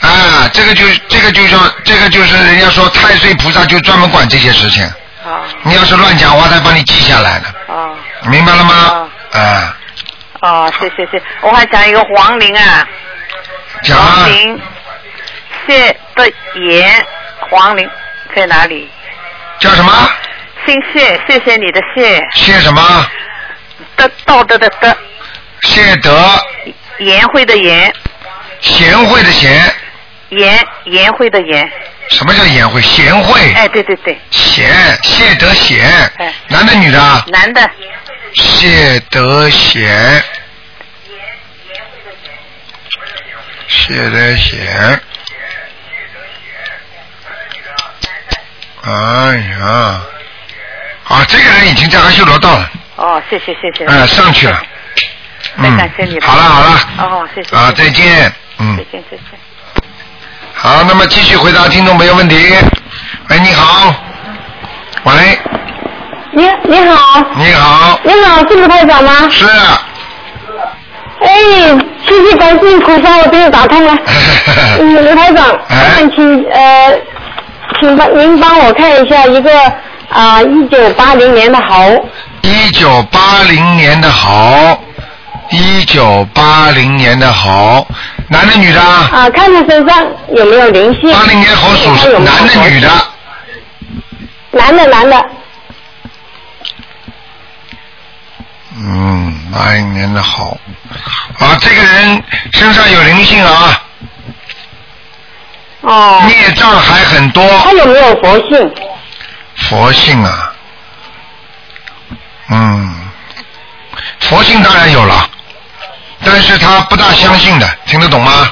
S1: 啊，这个就这个就像这个就是人家说太岁菩萨就专门管这些事情，
S5: 啊
S1: 你要是乱讲话，他帮你记下来了，
S5: 啊
S1: 明白了吗
S5: 啊？
S1: 啊，
S5: 啊！谢谢谢，我还讲一个黄龄啊，
S1: 讲啊
S5: 黄，龄，谢的言，黄龄在哪里？
S1: 叫什么？
S5: 姓谢，谢谢你的谢，
S1: 谢什么？
S5: 德道德的德，
S1: 谢德，
S5: 贤惠的贤，
S1: 贤惠的贤，
S5: 贤贤惠的贤，
S1: 什么叫贤惠？贤惠，
S5: 哎，对对对，
S1: 贤，谢德贤
S5: 哎，
S1: 男的女的啊？
S5: 男的，
S1: 谢德贤，谢德贤，哎呀，啊，这个人已经在阿修罗道了，
S5: 哦，谢谢谢谢，
S1: 哎、上去了，嗯，
S5: 感谢你了
S1: 好了好了，
S5: 哦谢谢
S1: 啊，
S5: 谢谢
S1: 再见，嗯
S5: 再，见再见。
S1: 好，那么继续回答听众朋友问题。喂，你好，喂，
S3: 你你好，
S1: 你好，
S3: 你好，是卢台长吗？
S1: 是，啊
S3: 哎，谢谢观世音菩萨，我终于打通了。嗯，卢台长，我
S1: 哎
S3: 想请呃，请帮您帮我看一下一个啊，一九八零年的猴，
S1: 一九八零年的好，一九八零年的好，男的女的？啊，
S3: 啊，看他身上有没有灵性？
S1: 八零年猴属
S3: 还有没有
S1: 男的女的？
S3: 男的男的，
S1: 嗯，八零年的好。啊，这个人身上有灵性啊，
S3: 哦，
S1: 孽障还很多，
S3: 他有没有佛性？
S1: 佛性啊，嗯，佛性当然有了，但是他不大相信的，听得懂吗？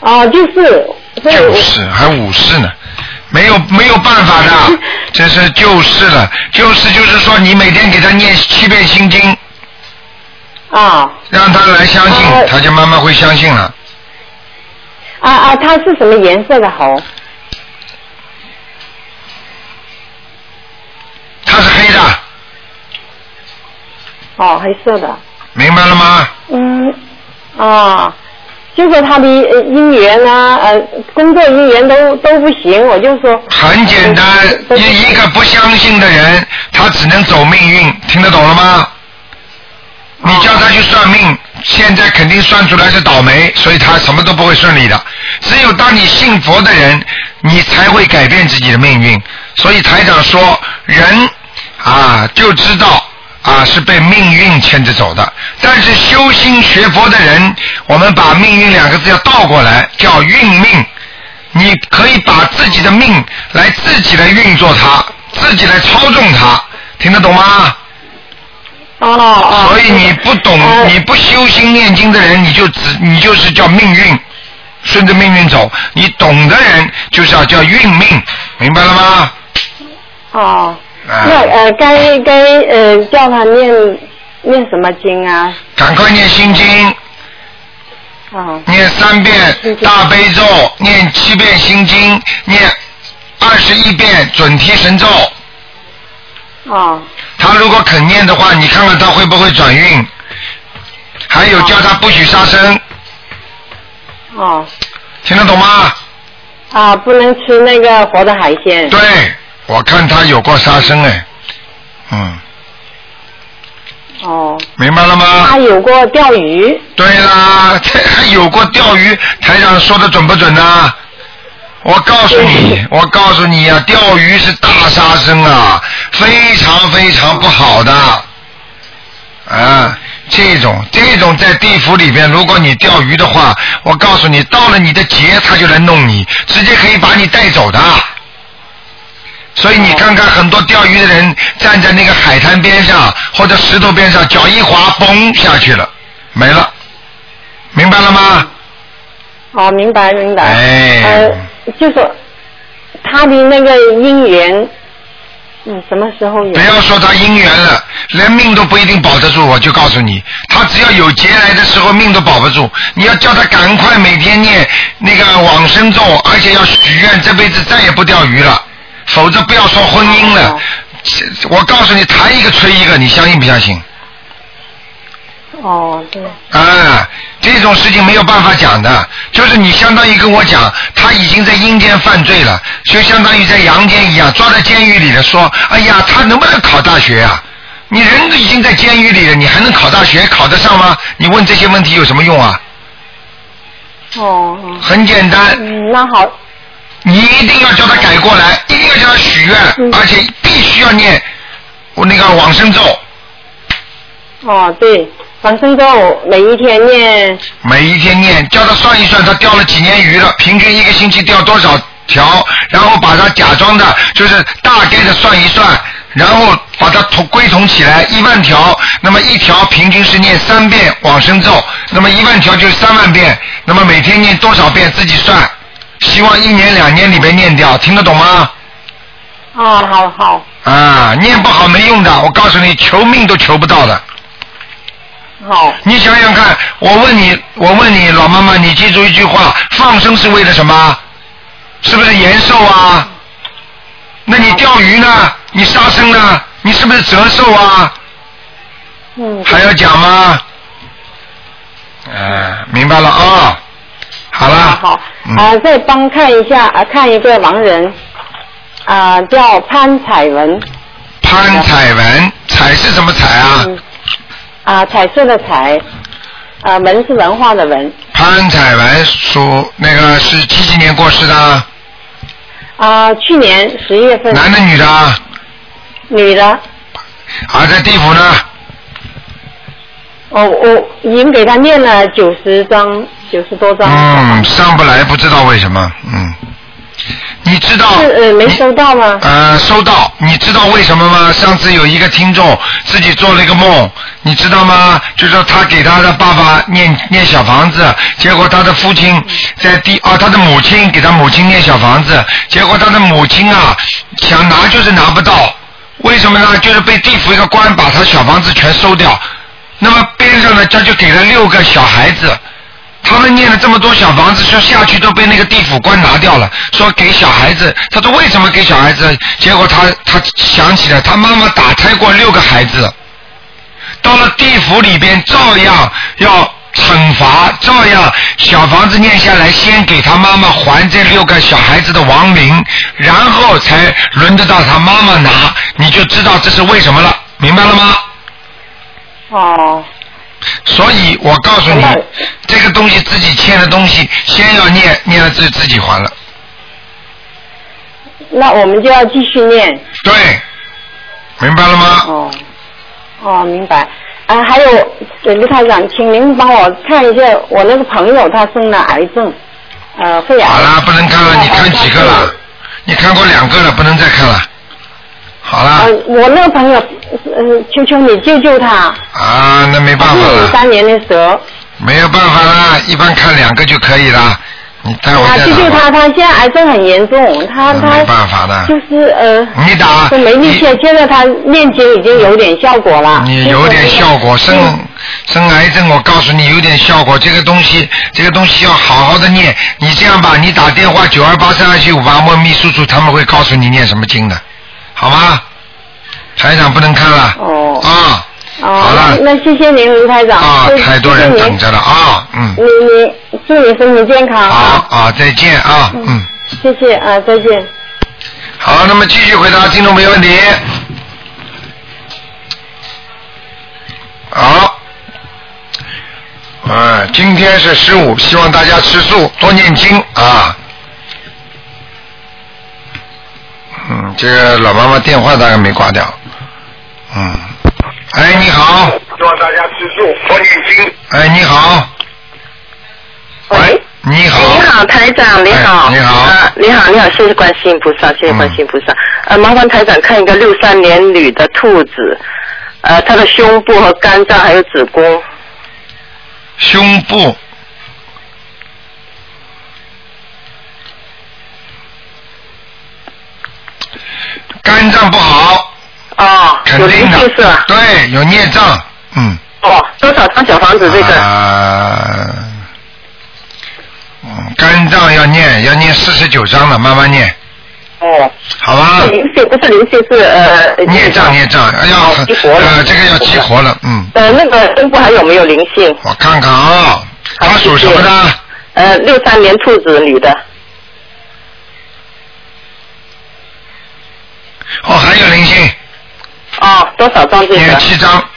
S3: 哦，就是，所以
S1: 就
S3: 我
S1: 是还武士呢，没有没有办法的，这是救世了。救世就是说，你每天给他念七遍心经，
S3: 啊
S1: 让他来相信
S3: 哦，
S1: 他就慢慢会相信了。
S3: 啊啊，他是什么颜色的猴？
S1: 他是黑的，
S3: 哦，黑色的。
S1: 明白了吗？
S3: 嗯，啊，就是他的呃姻缘啊，呃，工作姻缘都都不行，我就说
S1: 很简单，一一个不相信的人，他只能走命运，听得懂了吗？你叫他去算命，现在肯定算出来是倒霉，所以他什么都不会顺利的。只有当你信佛的人，你才会改变自己的命运。所以台长说，人啊就知道啊是被命运牵着走的，但是修心学佛的人，我们把命运两个字要倒过来，叫运命。你可以把自己的命来自己来运作它，自己来操纵它，听得懂吗？
S3: 哦哦，
S1: 所以你不懂，
S3: 呃
S1: 你不修心念经的人，你就只你就是叫命运，顺着命运走。你懂的人就是要叫运命，明白了吗？
S3: 哦，
S1: 啊
S3: 那呃该该呃叫他念念什么经啊？
S1: 赶快念心经，
S3: 哦
S1: 念三遍
S3: 嗯
S1: 大悲咒，念七遍心经，念二十一遍准提神咒。
S3: 哦
S1: 他如果肯念的话，你看看他会不会转运？还有叫他不许杀生，
S3: 哦
S1: 听得懂吗？
S3: 啊，不能吃那个活的海鲜。
S1: 对，我看他有过杀生哎，嗯，
S3: 哦，
S1: 明白了吗
S3: 他？有过钓鱼。
S1: 对啦， 这还有过钓鱼，台长说的准不准呐、我告诉你，我告诉你呀、钓鱼是大杀生啊，非常非常不好的。啊，这种这种在地府里边，如果你钓鱼的话，我告诉你，到了你的劫，他就来弄你，直接可以把你带走的。所以你看看很多钓鱼的人站在那个海滩边上或者石头边上，脚一滑，嘣下去了，没了，明白了吗？
S3: 哦，明白明白。
S1: 哎
S3: 呃，就说他的那个姻缘，嗯，什么时候有
S1: 不？要说他姻缘了，连命都不一定保得住。我就告诉你，他只要有劫来的时候，命都保不住。你要叫他赶快每天念那个往生咒，而且要许愿这辈子再也不钓鱼了，否则不要说婚姻了
S3: 哦。
S1: 我告诉你，谈一个吹一个，你相信不相信？
S3: 哦，对，
S1: 啊，这种事情没有办法讲的，就是你相当于跟我讲，他已经在阴间犯罪了，就相当于在阳间一样，抓到监狱里了，说，哎呀，他能不能考大学啊？你人都已经在监狱里了，你还能考大学，考得上吗？你问这些问题有什么用啊？
S3: 哦，哦
S1: 很简单，
S3: 嗯，那好，
S1: 你一定要叫他改过来，一定要叫他许愿，而且必须要念我那个往生咒，
S3: 哦，对，往生咒每一天念，
S1: 每一天念，叫他算一算，他钓了几年鱼了，平均一个星期钓多少条，然后把它假装的，就是大概的算一算，然后把它统归统起来一万条，那么一条平均是念三遍往生咒，那么一万条就是三万遍，那么每天念多少遍自己算，希望一年两年里面念掉，听得懂吗？
S3: 哦，好好，
S1: 啊，念不好没用的，我告诉你，求命都求不到的。
S3: 好，
S1: 你想想看，我问你，我问你，老妈妈，你记住一句话：放生是为了什么？是不是延寿啊？那你钓鱼呢？你杀生呢？你是不是折寿啊？
S3: 嗯，
S1: 还要讲吗？嗯，明白了啊、好了。
S3: 好好，
S1: 嗯
S3: 啊，再帮看一下，啊，看一个盲人，啊，叫潘彩文，
S1: 啊潘彩文，彩是什么彩啊？
S3: 嗯，啊，彩色的彩，啊，文是文化的文，
S1: 潘彩文属那个是几几年过世的啊？
S3: 啊，去年十月份，
S1: 男的女的啊？
S3: 女的，
S1: 啊，在地府呢。
S3: 我哦我已经给她念了九十张，九十多张，
S1: 嗯，上不来，不知道为什么。嗯，你知道？
S3: 是呃没收到吗？
S1: 呃，收到。你知道为什么吗？上次有一个听众自己做了一个梦，你知道吗？就说他给他的爸爸念念小房子，结果他的父亲在第啊，他的母亲给他母亲念小房子，结果他的母亲啊想拿就是拿不到，为什么呢？就是被地府一个官把他小房子全收掉，那么边上呢，他就给了六个小孩子。他们念了这么多小房子，说下去都被那个地府官拿掉了，说给小孩子。他说为什么给小孩子？结果他他想起来，他妈妈打胎过六个孩子，到了地府里边照样要惩罚，照样小房子念下来，先给他妈妈还这六个小孩子的亡灵，然后才轮得到他妈妈拿，你就知道这是为什么了，明白了吗？啊
S3: 哦，
S1: 所以我告诉你，这个东西自己欠的东西，先要念，念了自自己还了。
S3: 那我们就要继续念。
S1: 对，明白了吗？
S3: 哦，哦，明白。啊，还有呃卢台长，请您帮我看一下，我那个朋友他生了癌症，呃，肺癌。
S1: 好啦，不能看了，你看几个
S3: 哦
S1: 了？你看过两个了，不能再看了。好
S3: 呃
S1: 了，，
S3: 我那个朋友，呃，求求你救救他，
S1: 啊，那没办
S3: 他
S1: 法
S3: 是
S1: 了，
S3: 三年的蛇，
S1: 没有办法啦，一般看两个就可以了。你待会
S3: 啊，
S1: 儿再
S3: 救救
S1: 打吧
S3: 他，他现在癌症很严重，他
S1: 那没
S3: 他
S1: 办法的。
S3: 就是呃。
S1: 你打，
S3: 都没力气
S1: 你，
S3: 现在他念经已经有点效果了。
S1: 你嗯有点效果，生生癌症，我告诉你有点效果。这个东西，这个东西要好好的念。你这样吧，你打电话九二八三二七五八问秘书处，他们会告诉你念什么经的，好吗？台长不能看了。
S3: 哦
S1: 啊
S3: 哦
S1: 好了，
S3: 那那谢谢您，卢台长。
S1: 啊
S3: 谢，谢
S1: 太多人
S3: 您
S1: 等着了啊，嗯，
S3: 你你祝你身体健康
S1: 好
S3: 啊！
S1: 啊，再见啊，嗯，
S3: 谢谢啊，再见。
S1: 好，那么继续回答听众朋友问题。好，啊，今天是十五，希望大家吃素，多念经啊。嗯，这个老妈妈电话大概没挂掉。嗯，哎，你好，
S2: 希望大家吃素，多念经。
S1: 哎，你好，
S6: 喂。
S1: 你好，
S6: 哎你好，台长，你好。
S1: 哎你好
S6: 啊，你好，你好，谢谢观世音菩萨，谢谢观世音菩萨。呃，麻烦台长看一个六三年女的兔子，呃，她的胸部和肝脏还有子宫。
S1: 胸部。肝脏不好，
S6: 哦，
S1: 肯
S6: 有灵
S1: 定
S6: 性是
S1: 的
S6: 吧，？
S1: 对，有孽障，嗯，
S6: 哦，多少张小房子这个？
S1: 啊，嗯，肝脏要念，要念四十九章了，慢慢念，
S6: 哦，
S7: 哦，
S1: 好吧？
S7: 是灵性，不是灵性，是呃
S1: 孽啊障孽障，要
S7: 哦激活了
S1: 呃这个要激活了，嗯，
S3: 呃，那个胸部还有没有灵性？
S1: 我看看啊、
S3: 好
S1: 他属什么
S3: 谢
S1: 的？
S3: 呃，六三年兔子女的，
S1: 哦，还有灵性，
S3: 哦，多少张这
S1: 有
S3: 个？
S1: 七张，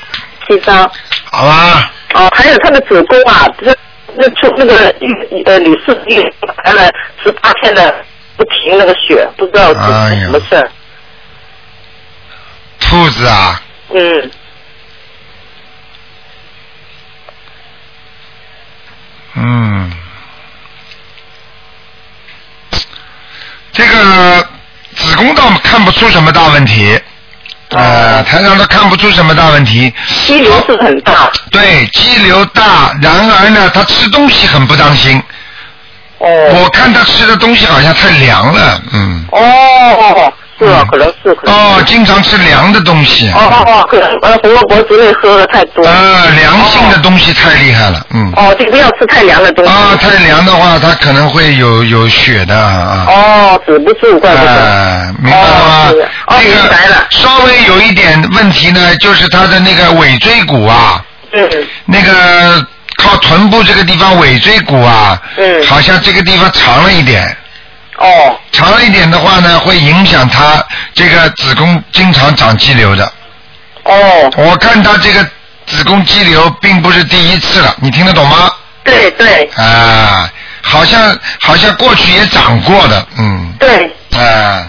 S3: 七张。
S1: 好吧？
S3: 哦，还有她的子宫啊，这那出那个女呃女士孕来了十八天的不停那个血，不知道
S1: 哎呀
S3: 是什么事儿。
S1: 兔子啊，
S3: 嗯，
S1: 嗯，这个子宫倒看不出什么大问题，
S3: 哦
S1: 呃，台上都看不出什么大问题，
S3: 肌瘤是
S1: 嗯
S3: 很大。
S1: 对，肌瘤大，然而呢，他吃东西很不当心，
S3: 哦
S1: 我看他吃的东西好像太凉了，嗯，
S3: 哦哦，是啊，可能是可能是。
S1: 哦，经常吃凉的东西，
S3: 哦嗯哦哦，可能呃红萝卜之类喝的太多。
S1: 呃，凉性的东西太厉害了，嗯。
S3: 哦，就不要吃太凉的东西。
S1: 啊，太凉的话，它可能会有有血的啊。
S3: 哦，止不住，怪不得。
S1: 啊，明白了吗
S3: 哦是？哦
S1: 这
S3: 明白
S1: 个
S3: 了
S1: 稍微有一点问题呢，就是它的那个尾椎骨啊，
S3: 嗯，
S1: 那个靠臀部这个地方尾椎骨啊，
S3: 嗯
S1: 好像这个地方长了一点，
S3: 哦
S1: 长了一点的话呢，会影响它这个子宫经常长肌瘤的。
S3: 哦，
S1: 我看它这个子宫肌瘤并不是第一次了，你听得懂吗？
S3: 对对
S1: 啊，好像好像过去也长过的，嗯，
S3: 对
S1: 啊，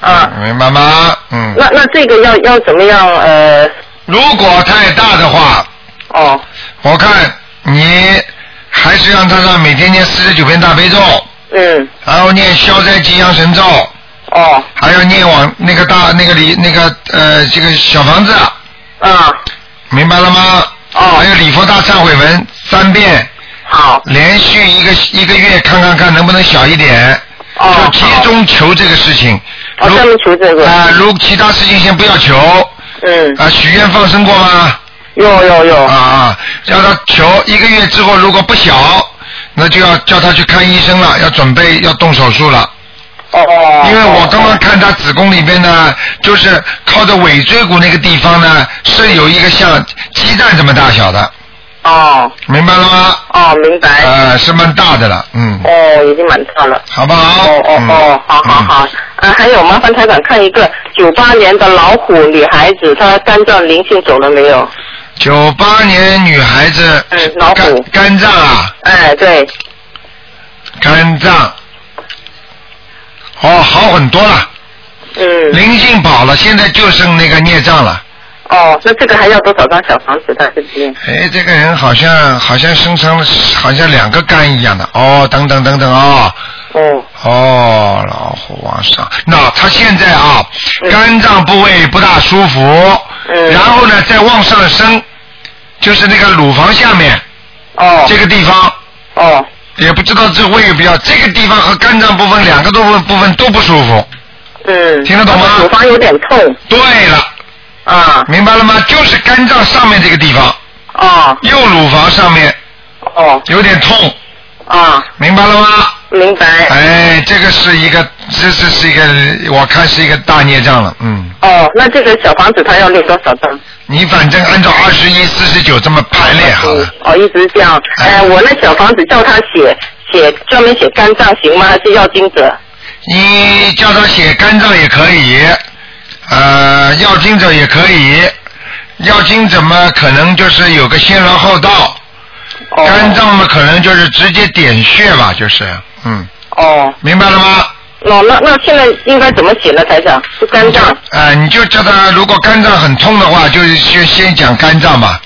S3: 啊，
S1: 明白吗？嗯，
S3: 那那这个要要怎么样？呃，
S1: 如果太大的话，
S3: 哦
S1: 我看你还是让他让每天念四十九遍大悲咒，
S3: 嗯
S1: 然后念消灾吉祥神咒，
S3: 哦
S1: 还要念往那个大那个里那个呃这个小房子，
S3: 啊
S1: 明白了吗？
S3: 哦
S1: 还有啊礼佛大忏悔文三遍，
S3: 好
S1: 连续一个一个月看看看能不能小一点，
S3: 哦
S1: 就集中求这个事情。
S3: 哦
S1: 如
S3: 专门求这个
S1: 啊、如其他事情先不要求。
S3: 嗯
S1: 啊，许愿放生过吗？
S3: 有有有
S1: 啊啊，让他求一个月之后，如果不小，那就要叫他去看医生了，要准备要动手术了。
S3: 哦
S1: 因为我刚刚看他子宫里边呢，就是靠着尾椎骨那个地方呢，是有一个像鸡蛋这么大小的，
S3: 哦
S1: 明白了吗？
S3: 哦明白
S1: 呃，是蛮大的了，嗯，
S3: 哦已经满大了。
S1: 好不好？
S3: 哦哦
S1: 嗯
S3: 哦，好好好。呃，还有麻烦台长看一个九八年的老虎女孩子，她肝脏灵性走了没有？
S1: 九八年女孩子，
S3: 嗯老
S1: 肝
S3: 虎
S1: 肝脏啊，
S3: 哎，对，
S1: 肝脏，哦，好很多了，
S3: 嗯，
S1: 灵性跑了，现在就剩那个孽障了。
S3: 哦，那这个还要多少张小房子在这边？
S1: 哎，这个人好像好像身上好像两个肝一样的，哦，等等等等啊、
S3: 哦，
S1: 哦，老虎往上，那他现在啊，
S3: 嗯
S1: 肝脏部位不大舒服，
S3: 嗯
S1: 然后呢再往上升，就是那个乳房下面
S3: 哦，
S1: 这个地方。
S3: 哦，
S1: 也不知道这胃不要，这个地方和肝脏部分两个部分部分都不舒服。
S3: 嗯，
S1: 听得懂吗
S3: 乳房有点痛
S1: 对了，
S3: 啊，
S1: 明白了吗？就是肝脏上面这个地方，
S3: 哦，
S1: 右乳房上面
S3: 哦，
S1: 有点痛，
S2: 哦
S3: 啊，
S1: 明白了吗？
S3: 明白。
S1: 哎，这个是一个，这这是一个，我看是一个大孽障了，嗯。
S3: 哦，那这个小房子她要练多少张？
S1: 你反正按照二十一、四十九这么排列好了。
S3: 哦，一直这样。
S1: 哎
S3: 哎，我那小房子叫她写写专门写肝脏行吗？还是要经者？
S1: 你叫他写肝脏也可以，呃，要经者也可以，要经者嘛，可能就是有个先劳后到，
S3: 哦
S1: 肝脏嘛，可能就是直接点穴吧，就是，嗯，
S3: 哦，
S1: 明白了吗？
S3: 哦，那那现在应该怎么写呢，台长？是肝脏
S1: 啊、你就叫他，如果肝脏很痛的话，就先先讲肝脏吧，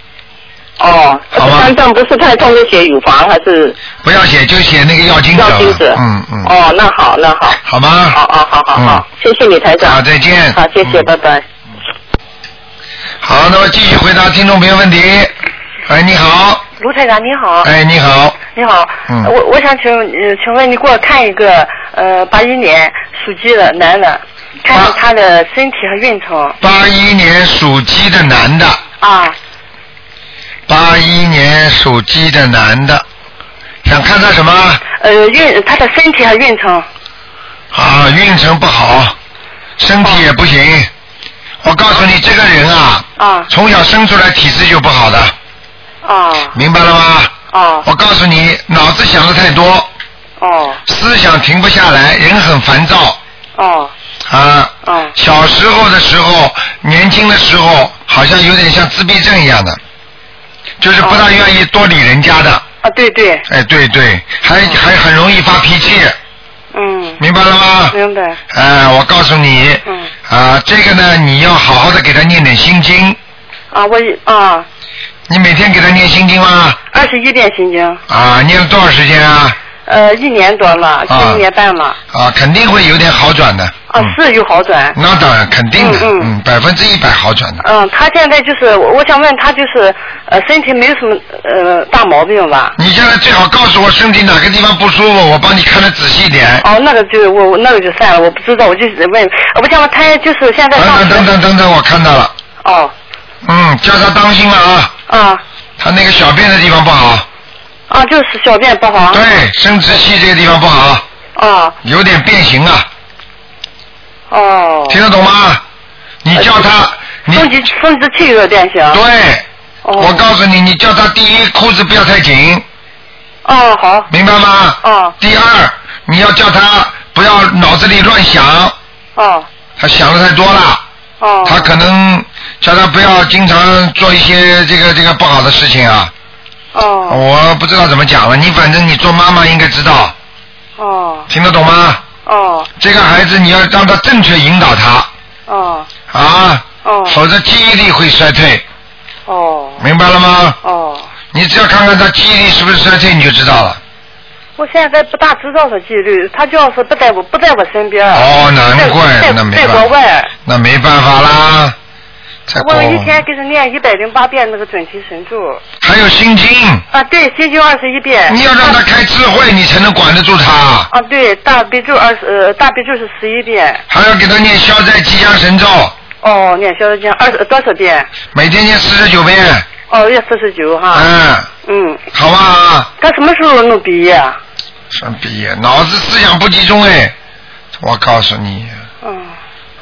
S3: 哦，
S1: 好吧
S3: 肝脏不是太痛就写乳房还是
S1: 不要写，就写那个要经者
S3: 要
S1: 吧，
S3: 经者？
S1: 嗯嗯，
S3: 哦，那好，那好，
S1: 好吗？
S3: 好好好好好，谢谢你台
S1: 嗯，
S3: 长。
S1: 好，再见。
S3: 好，谢谢，
S1: 嗯
S3: 拜拜。
S1: 好，那么继续回答听众朋友问题。哎，你好，
S2: 卢台长你好，
S1: 哎，你好，
S2: 你好，
S1: 嗯
S2: 我我想请呃，请问你给我看一个呃八一年属鸡的男的，看看
S1: 八
S2: 他的身体和运程
S1: 八一年属鸡的男的，
S2: 啊，
S1: 八一年属鸡的男的，想看他什么？
S2: 呃运他的身体和运程
S1: 啊，运程不好，身体也不行。我告诉你，这个人啊，
S8: 啊
S1: 从小生出来体质就不好的，
S8: 哦
S1: 明白了吗？
S8: 哦
S1: 我告诉你，脑子想的太多，
S8: 哦
S1: 思想停不下来，人很烦躁
S8: 哦
S1: 啊。
S8: 哦
S1: 小时候的时候，年轻的时候，好像有点像自闭症一样的，就是不大愿意多理人家的。
S8: 啊，对对，
S1: 哎，对对，还还很容易发脾气，
S8: 嗯，
S1: 明白了吗？
S8: 明白，
S1: 哎，我告诉你，
S8: 嗯
S1: 啊，这个呢，你要好好的给他念点心经。
S8: 啊，我一啊
S1: 你每天给他念心经吗？
S8: 二十一点心经，
S1: 啊，念了多少时间啊？
S8: 呃，一年多了，
S1: 啊
S8: 近一年半了，
S1: 啊，肯定会有点好转的。
S8: 啊
S1: 嗯，
S8: 是有好转。
S1: 那当然，肯定的，
S8: 嗯嗯
S1: 嗯，百分之一百好转的。
S8: 嗯，他现在就是，我我想问他就是，呃，身体没有什么呃大毛病吧？
S1: 你现在最好告诉我身体哪个地方不舒服，我帮你看得仔细一点。
S8: 哦，那个就我我那个就算了，我不知道，我就问，呃我想问他就是现在
S1: 等等
S8: 上学
S1: 等等等等，我看到了，
S8: 哦，
S1: 嗯，叫他当心了啊，
S8: 啊
S1: 他那个小便的地方不好，
S8: 啊，就是小便不好，
S1: 对，生殖器这个地方不好，
S8: 啊
S1: 有点变形啊，
S8: 哦，
S1: 听得懂吗？你叫他，你
S8: 生殖生殖器有点变形，
S1: 对，
S8: 哦
S1: 我告诉你，你叫他第一裤子不要太紧，
S8: 哦好，
S1: 明白吗？
S8: 哦
S1: 第二，你要叫他不要脑子里乱想，
S8: 哦
S1: 他想的太多了。
S8: 哦，
S1: 他可能叫他不要经常做一些这个这个不好的事情啊，
S8: 哦
S1: 我不知道怎么讲了。你反正你做妈妈应该知道，
S8: 哦
S1: 听得懂吗？
S8: 哦
S1: 这个孩子你要让他正确引导他
S8: 哦
S1: 啊，
S8: 哦
S1: 否则记忆力会衰退，
S8: 哦
S1: 明白了吗？
S8: 哦，
S1: 你只要看看他记忆力是不是衰退，你就知道了。
S8: 我现在不大知道他纪律，他就要是不在我不在我身边，
S1: 哦，难怪
S8: 在
S1: 那没
S8: 在国
S1: 办法，
S8: 外。
S1: 那没办法啦。在国
S8: 我一天给他念一百零八遍那个准提神咒
S1: 还有心经，
S8: 啊，对，心经二十一遍。
S1: 你要让他开智慧，你才能管得住他。
S8: 啊，对，大悲咒二十，呃，大悲咒是十一遍，
S1: 还要给他念消灾吉祥神咒，
S8: 哦，念消灾经二十多少遍？
S1: 每天念四十九遍，
S8: 哦，要四十九哈。
S1: 嗯，
S8: 嗯，
S1: 好吧，
S8: 他什么时候能毕业啊？
S1: 算毕业，脑子思想不集中哎，我告诉你，
S8: 嗯，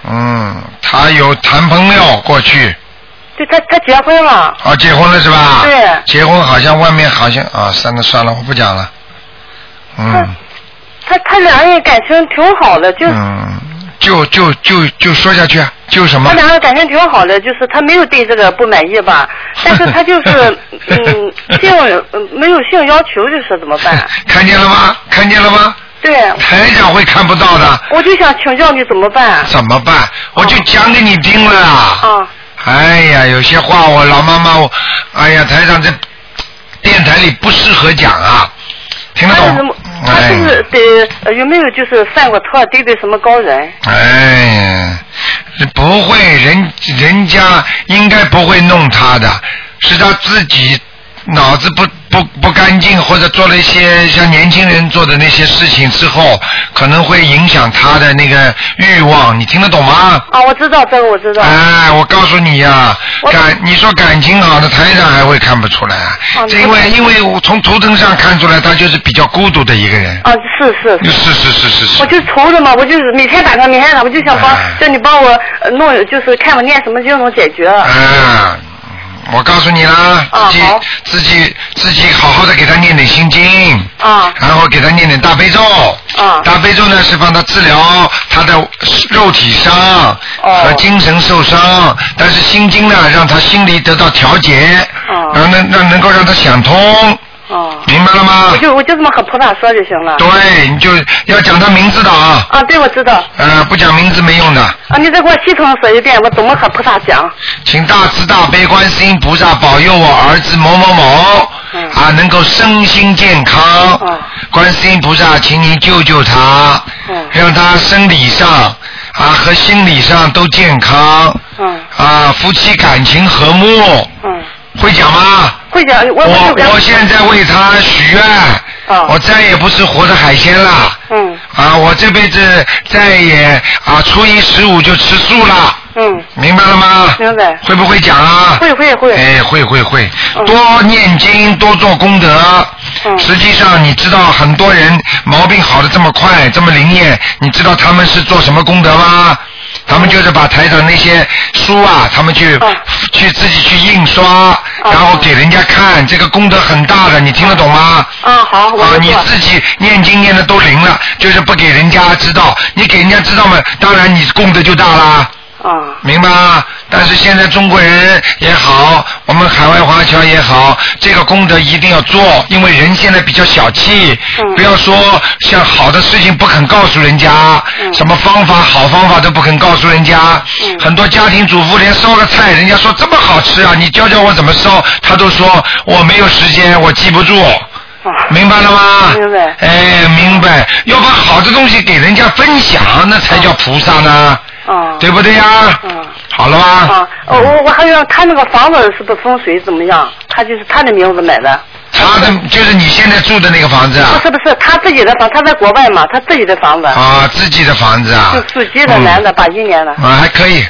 S1: 嗯，他有谈朋友过去，
S8: 对他他结婚了。
S1: 啊，结婚了是吧？
S8: 对
S1: 结婚好像外面好像啊，算了算了，我不讲了，嗯
S8: 嗯他他两人感情挺好的，就、
S1: 嗯，就就就就说下去啊，就什么
S8: 他？两个感情挺好的，就是他没有对这个不满意吧，但是他就是嗯性呃没有性要求，就是怎么办？
S1: 看见了吗？看见了吗？
S8: 对，
S1: 台长会看不到的，
S8: 我就想请教你怎么办？
S1: 怎么办？我就讲给你听了啊。
S8: 啊
S1: 哎呀，有些话我老妈妈，我，哎呀，台长在电台里不适合讲啊，听得
S8: 他是什
S1: 懂
S8: 么？？他
S1: 哎
S8: 是不是得、呃有没有就是犯过错，得罪什么高人？
S1: 哎呀，不会，人人家应该不会弄他的，是他自己脑子不不不干净，或者做了一些像年轻人做的那些事情之后，可能会影响他的那个欲望，你听得懂吗？
S8: 啊，我知道这个，我知道。
S1: 哎，我告诉你呀、
S8: 我
S1: 感你说感情好的台长还会看不出来啊，
S8: 哦
S1: 这因为因为我从图腾上看出来，他就是比较孤独的一个人。
S8: 啊，是是。
S1: 是是是是是，
S8: 我就愁着嘛，我就是每天打他，每天打，我就想帮
S1: 哎，
S8: 叫你帮我呃弄，就是看我念什么经能解决。
S1: 啊，我告诉你啦，自
S8: 啊
S1: 己、
S8: 好
S1: 自己自己好好的给他念点心经，
S8: 啊
S1: 然后给他念点大悲咒。
S8: 啊
S1: 大悲咒呢是帮他治疗他的肉体伤
S8: 哦
S1: 和精神受伤，但是心经呢让他心里得到调节，
S8: 哦
S1: 然后能让能够让他想通，
S8: 啊，
S1: 明白了吗
S8: 我？就我就这么和菩萨说就行了。
S1: 对，你就要讲他名字的啊，
S8: 啊，对，我知道。
S1: 呃，不讲名字没用的，
S8: 啊，你再给我系统说一遍，我怎么和菩萨讲？
S1: 请大慈大悲观世音菩萨保佑我儿子某某某。
S8: 嗯
S1: 啊，能够身心健康。
S8: 嗯
S1: 观世音菩萨，请您救救他，
S8: 嗯
S1: 让他生理上啊和心理上都健康。
S8: 嗯
S1: 啊，夫妻感情和睦，
S8: 嗯，
S1: 会讲吗？
S8: 会讲我
S1: 我
S8: 就跟
S1: 我现在为他许愿，
S8: 哦
S1: 我再也不吃活的海鲜了。
S8: 嗯
S1: 啊，我这辈子再也啊初一十五就吃素了。
S8: 嗯
S1: 明白了吗？
S8: 明白。
S1: 会不会讲啊？
S8: 会会会。
S1: 哎，会会会，
S8: 嗯
S1: 多念经，多做功德。
S8: 嗯
S1: 实际上，你知道很多人毛病好的这么快，这么灵验，你知道他们是做什么功德吗？他们就是把台上那些书啊，他们去、
S8: 嗯
S1: 去自己去印刷，然后给人家看，这个功德很大的，你听得懂吗？
S8: 啊，好，我
S1: 啊，
S8: 会
S1: 你
S8: 做。
S1: 自己念经念的都灵了，就是不给人家知道，你给人家知道嘛，当然你功德就大啦。
S8: 啊，
S1: 明白吗？但是现在中国人也好，我们海外华侨也好，这个功德一定要做，因为人现在比较小气，
S8: 嗯
S1: 不要说像好的事情不肯告诉人家，
S8: 嗯
S1: 什么方法好方法都不肯告诉人家。
S8: 嗯
S1: 很多家庭主妇连烧个菜，人家说这么好吃啊，你教教我怎么烧，他都说我没有时间，我记不住。
S8: 啊，
S1: 明白了吗？
S8: 明白
S1: 哎，明白，要把好的东西给人家分享，那才叫菩萨呢。
S8: 啊，
S1: 对不对呀？
S8: 嗯
S1: 好了吧？
S8: 啊，哦，我我还有他那个房子是不是风水怎么样？他就是他的名字买的，
S1: 啊他的就是你现在住的那个房子
S8: 不
S1: 啊？
S8: 是不是他自己的房，他在国外嘛，他自己的房子，
S1: 啊，自己的房子啊
S8: 就？属鸡的男的，八一年的，
S1: 嗯。啊，还可以，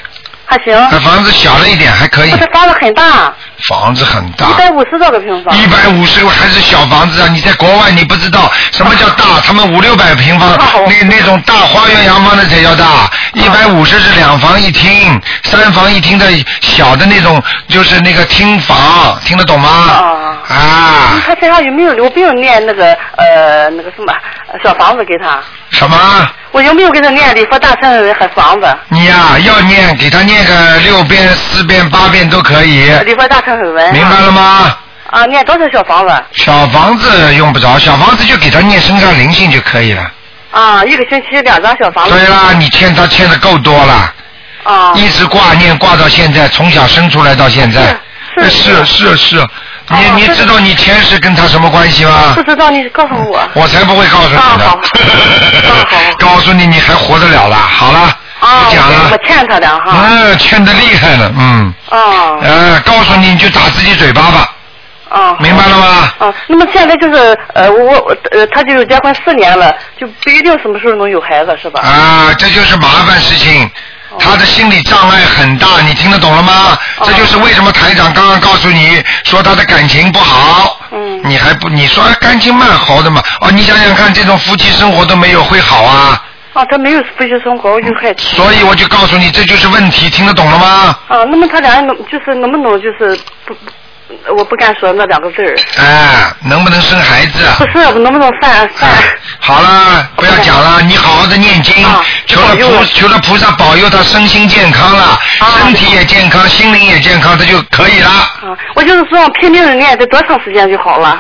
S8: 还行。
S1: 那房子小了一点，还可以
S8: 不。是房子很大，
S1: 房子很大
S8: 一，百五十多个平方。
S1: 啊一百五十还是小房子啊？你在国外你不知道什么叫大，他们五六百平方，
S8: 啊我
S1: 啊那啊那种大花园洋房的才叫大。一百五十是两房一厅，三房一厅的小的那种，就是那个厅房，听得懂吗？
S8: 啊
S1: 啊，
S8: 他身上有没有有没有念那个呃那个什么呃小房子给他？
S1: 什么？
S8: 我有没有给他念礼佛大忏悔文和房子？
S1: 你呀、要念，给他念个六遍、四遍、八遍都可以，
S8: 礼佛大忏悔文。
S1: 哎明白了吗？
S8: 啊，念多少小房子？
S1: 小房子用不着，小房子就给他念身上灵性就可以了。
S8: 啊，一个星期两张小房子。
S1: 对啦，你欠他欠的够多了，
S8: 啊。
S1: 一直挂念挂到现在，从小生出来到现在。
S8: 是
S1: 是
S8: 是
S1: 是是，你
S8: 哦
S1: 你
S8: 是
S1: 知道你前世跟他什么关系吗
S8: 不？知道你告诉我。
S1: 我才不会告诉你
S8: 啊 好
S1: 呢
S8: 啊好。
S1: 告诉你你还活得了啦，好了，
S8: 啊，
S1: 不讲
S8: 我我
S1: 了。
S8: 欠他的哈。
S1: 嗯，欠的厉害了，嗯。
S8: 啊
S1: 呃，告诉你你就打自己嘴巴吧，
S8: 啊。
S1: 明白了吗？
S8: 啊，那么现在就是呃，我我呃，他就结婚四年了，就不一定什么时候能有孩子，是吧？
S1: 啊、这就是麻烦事情。他的心理障碍很大，你听得懂了吗？
S8: 哦
S1: 这就是为什么台长刚刚告诉你说他的感情不好。
S8: 嗯
S1: 你还不你说哎感情蛮好的嘛？哦，你想想看，这种夫妻生活都没有会好啊？
S8: 啊，他没有夫妻生活，我就害怕。
S1: 所以我就告诉你，这就是问题，听得懂了吗？
S8: 啊，那么他俩能就是能不能就是不，不我不敢说那两个字儿，
S1: 哎，能不能生孩子？
S8: 不是能不能犯
S1: 啊
S8: 犯？
S1: 好了，不要讲了，你好好的念经
S8: 啊，
S1: 求了
S8: 保佑
S1: 菩
S8: 我
S1: 求了菩萨保佑他身心健康了，身体也健康，心灵也健康，他就可以了。
S8: 啊，我就是说拼命的练，得多长时间就好了？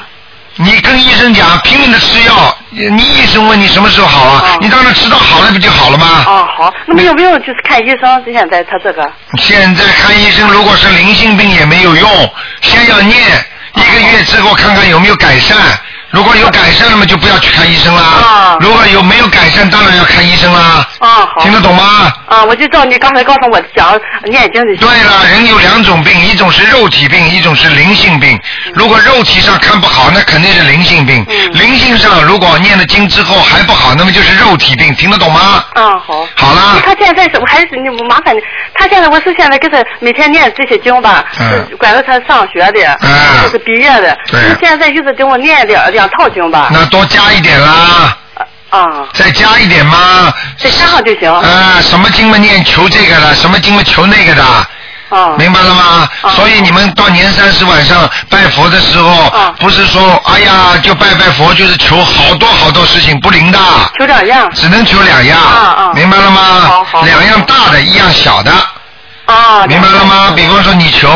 S1: 你跟医生讲，拼命的吃药，你医生问你什么时候好啊
S8: 啊？
S1: 你当然知道好了不就好了吗？
S8: 啊，好，那么有没有就是看医生？现在他这个
S1: 现在看医生，如果是灵性病也没有用，先要念一个月之后看看有没有改善。如果有改善了嘛，就不要去看医生啦
S8: 啊。
S1: 如果有没有改善，当然要看医生啦。
S8: 啊，好
S1: 听得懂吗？
S8: 啊，我就照你刚才告诉我讲念经的。
S1: 对了，人有两种病，一种是肉体病，一种是灵性病。如果肉体上看不好，那肯定是灵性病；
S8: 嗯
S1: 灵性上如果念了经之后还不好，那么就是肉体病。听得懂吗？
S8: 啊，好。
S1: 好啦，
S8: 他现在是，我还是你麻烦你，他现在我是现在给他每天念这些经吧，
S1: 嗯
S8: 是管着他上学的，
S1: 嗯
S8: 就是毕业的，
S1: 对
S8: 他现在一直给我念两两套经吧，
S1: 那多加一点啦，
S8: 啊，
S1: 再加一点嘛。
S8: 再加上就行，
S1: 啊，什么经嘛念求这个的，什么经嘛求那个的。
S8: 啊，
S1: 明白了吗？
S8: 啊
S1: 所以你们到年三十晚上拜佛的时候，
S8: 啊
S1: 不是说哎呀就拜拜佛，就是求好多好多事情不灵的。
S8: 求两样，
S1: 只能求两样，
S8: 啊啊
S1: 明白了吗？
S8: 好好
S1: 两样大的，一样小的，
S8: 啊，
S1: 明白了吗？比方说你求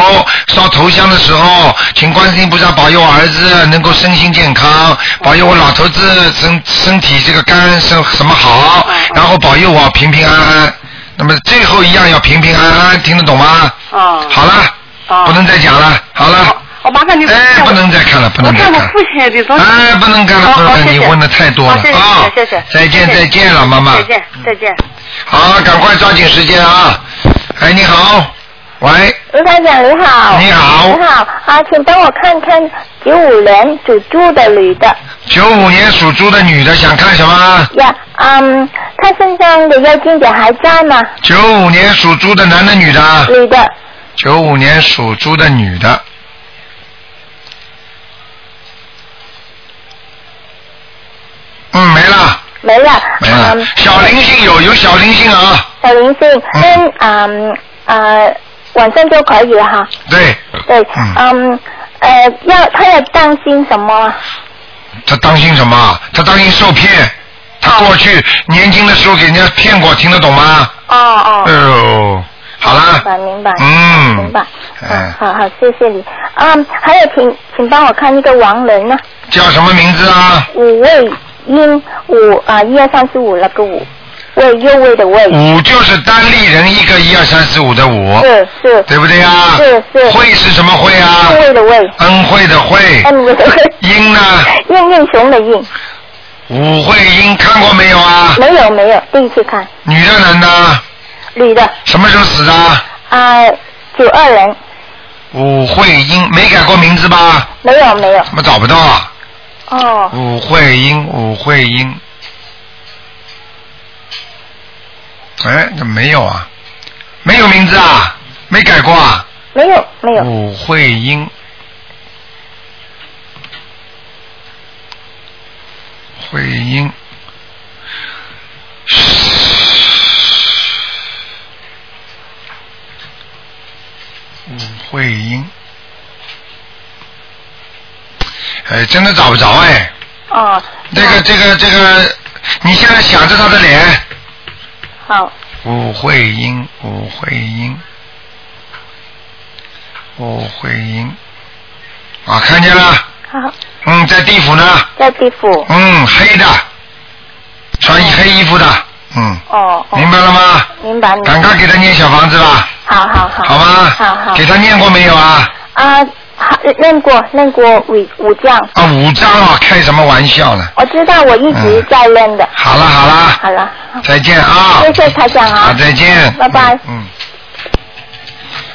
S1: 烧头香的时候，请观世音菩萨保佑我儿子能够身心健康，保佑我老头子身身体这个肝什什么好
S8: 啊啊，
S1: 然后保佑我平平安安。那么最后一样要平平安安，听得懂吗？
S8: 啊，
S1: 好了，
S8: 啊，
S1: 不能再讲了，好了
S8: 好，，我麻烦你，
S1: 哎，不能再看了，不能
S8: 我
S1: 再
S8: 看
S1: 看
S8: 我
S1: 了
S8: 父。亲的东西，
S1: 哎，不能看了，
S8: 好
S1: 不能
S8: 好
S1: 看了，
S8: 谢
S1: 你
S8: 谢
S1: 问的太多了
S8: 好谢谢
S1: 啊！
S8: 谢谢
S1: 再见
S8: 谢谢
S1: 再见了，妈妈。
S8: 再见再见。
S1: 好，赶快抓紧时间啊！哎，你好，喂，
S9: 卢台长你好，
S1: 你好
S9: 你好啊，请帮我看看九五年属猪的女的
S1: 九五年属猪的女的想看什么？
S9: 呀，
S3: 嗯，他身上的妖精者还在吗？
S1: 九五年属猪的男的女的？
S3: 女的，
S1: 九五年属猪的女的，嗯，没了，
S3: 没了。
S1: 没了
S3: 嗯，。
S1: 小灵性有有小灵性啊，
S3: 小灵性，那嗯呃晚上就可以哈。
S1: 对，
S3: 对，
S1: 嗯
S3: 嗯呃要他要当心什么啊？
S1: 他当心什么？他当心受骗。他过去年轻的时候给人家骗过，听得懂吗？
S3: 哦哦。
S1: 哎呦，好
S3: 明
S1: 啦，
S3: 白明白。
S1: 嗯
S3: 明白。
S1: 嗯
S3: 好好，谢谢你。嗯，还有请请帮我看一个亡人呢，
S1: 叫什么名字啊？
S3: 五味英五啊，一二三四五那个五，味右味的味。
S1: 五就是单立人一个一二三四五的五，
S3: 是是
S1: 对不对啊？
S3: 是是
S1: 会是什么会啊？
S3: 右味的味，
S1: 恩惠的啊惠，
S3: 嗯， 味的味，
S1: 英呢？
S3: 应应熊 的应，
S1: 武惠英看过没有啊？
S3: 没有没有，第一次看，
S1: 女的男的？
S3: 女的
S1: 什么时候死的？
S3: 啊，九二人，
S1: 武惠英没改过名字吧？
S3: 没有没有，
S1: 怎么找不到啊？
S3: 哦，
S1: 武惠英，武惠英。哎，怎么没有啊？没有名字啊？没改过啊？
S3: 没有没有，
S1: 武惠英。惠英。武惠英。哎，真的找不着哎。
S3: 哦，
S1: 这个这个这个，你现在想着他的脸。
S3: 好，
S1: 武惠英，武惠英，武惠英，啊，看见了，
S3: 好，
S1: 嗯，在地府呢，
S3: 在地府，
S1: 嗯，黑的，穿黑衣服的，嗯，
S3: 哦哦，
S1: 明白了吗？
S3: 明白明
S1: 赶
S3: 白，
S1: 快给他念小房子吧，
S3: 好好嗯好，
S1: 好吗？
S3: 好好
S1: 给他念过没有啊？
S3: 啊，好念过念过五五将，
S1: 啊，五张啊，开什么玩笑呢？
S3: 我知道我一直在念的，
S1: 好了好了，
S3: 好了，
S1: 再见啊！
S3: 谢谢台长
S1: 嗯好，
S3: 啊，
S1: 再见。
S3: 拜拜
S1: 嗯。嗯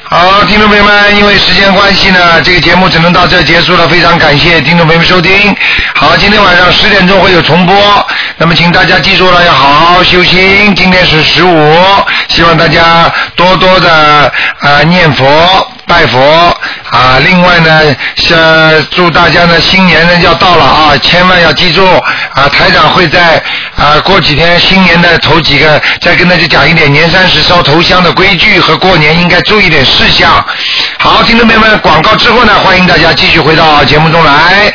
S1: 好，听众朋友们，因为时间关系呢，这个节目只能到这儿结束了。非常感谢听众朋友们收听。好，今天晚上十点钟会有重播，那么请大家记住了，要好好修心。今天是十五，希望大家多多的呃念佛拜佛啊。另外呢，呃，祝大家呢新年呢要到了啊，千万要记住啊，台长会在啊过几天新年的头几个再跟大家讲一点年三十烧头香的规矩和过年应该注意点事项。好，听众朋友们，广告之后呢，欢迎大家继续回到节目中来。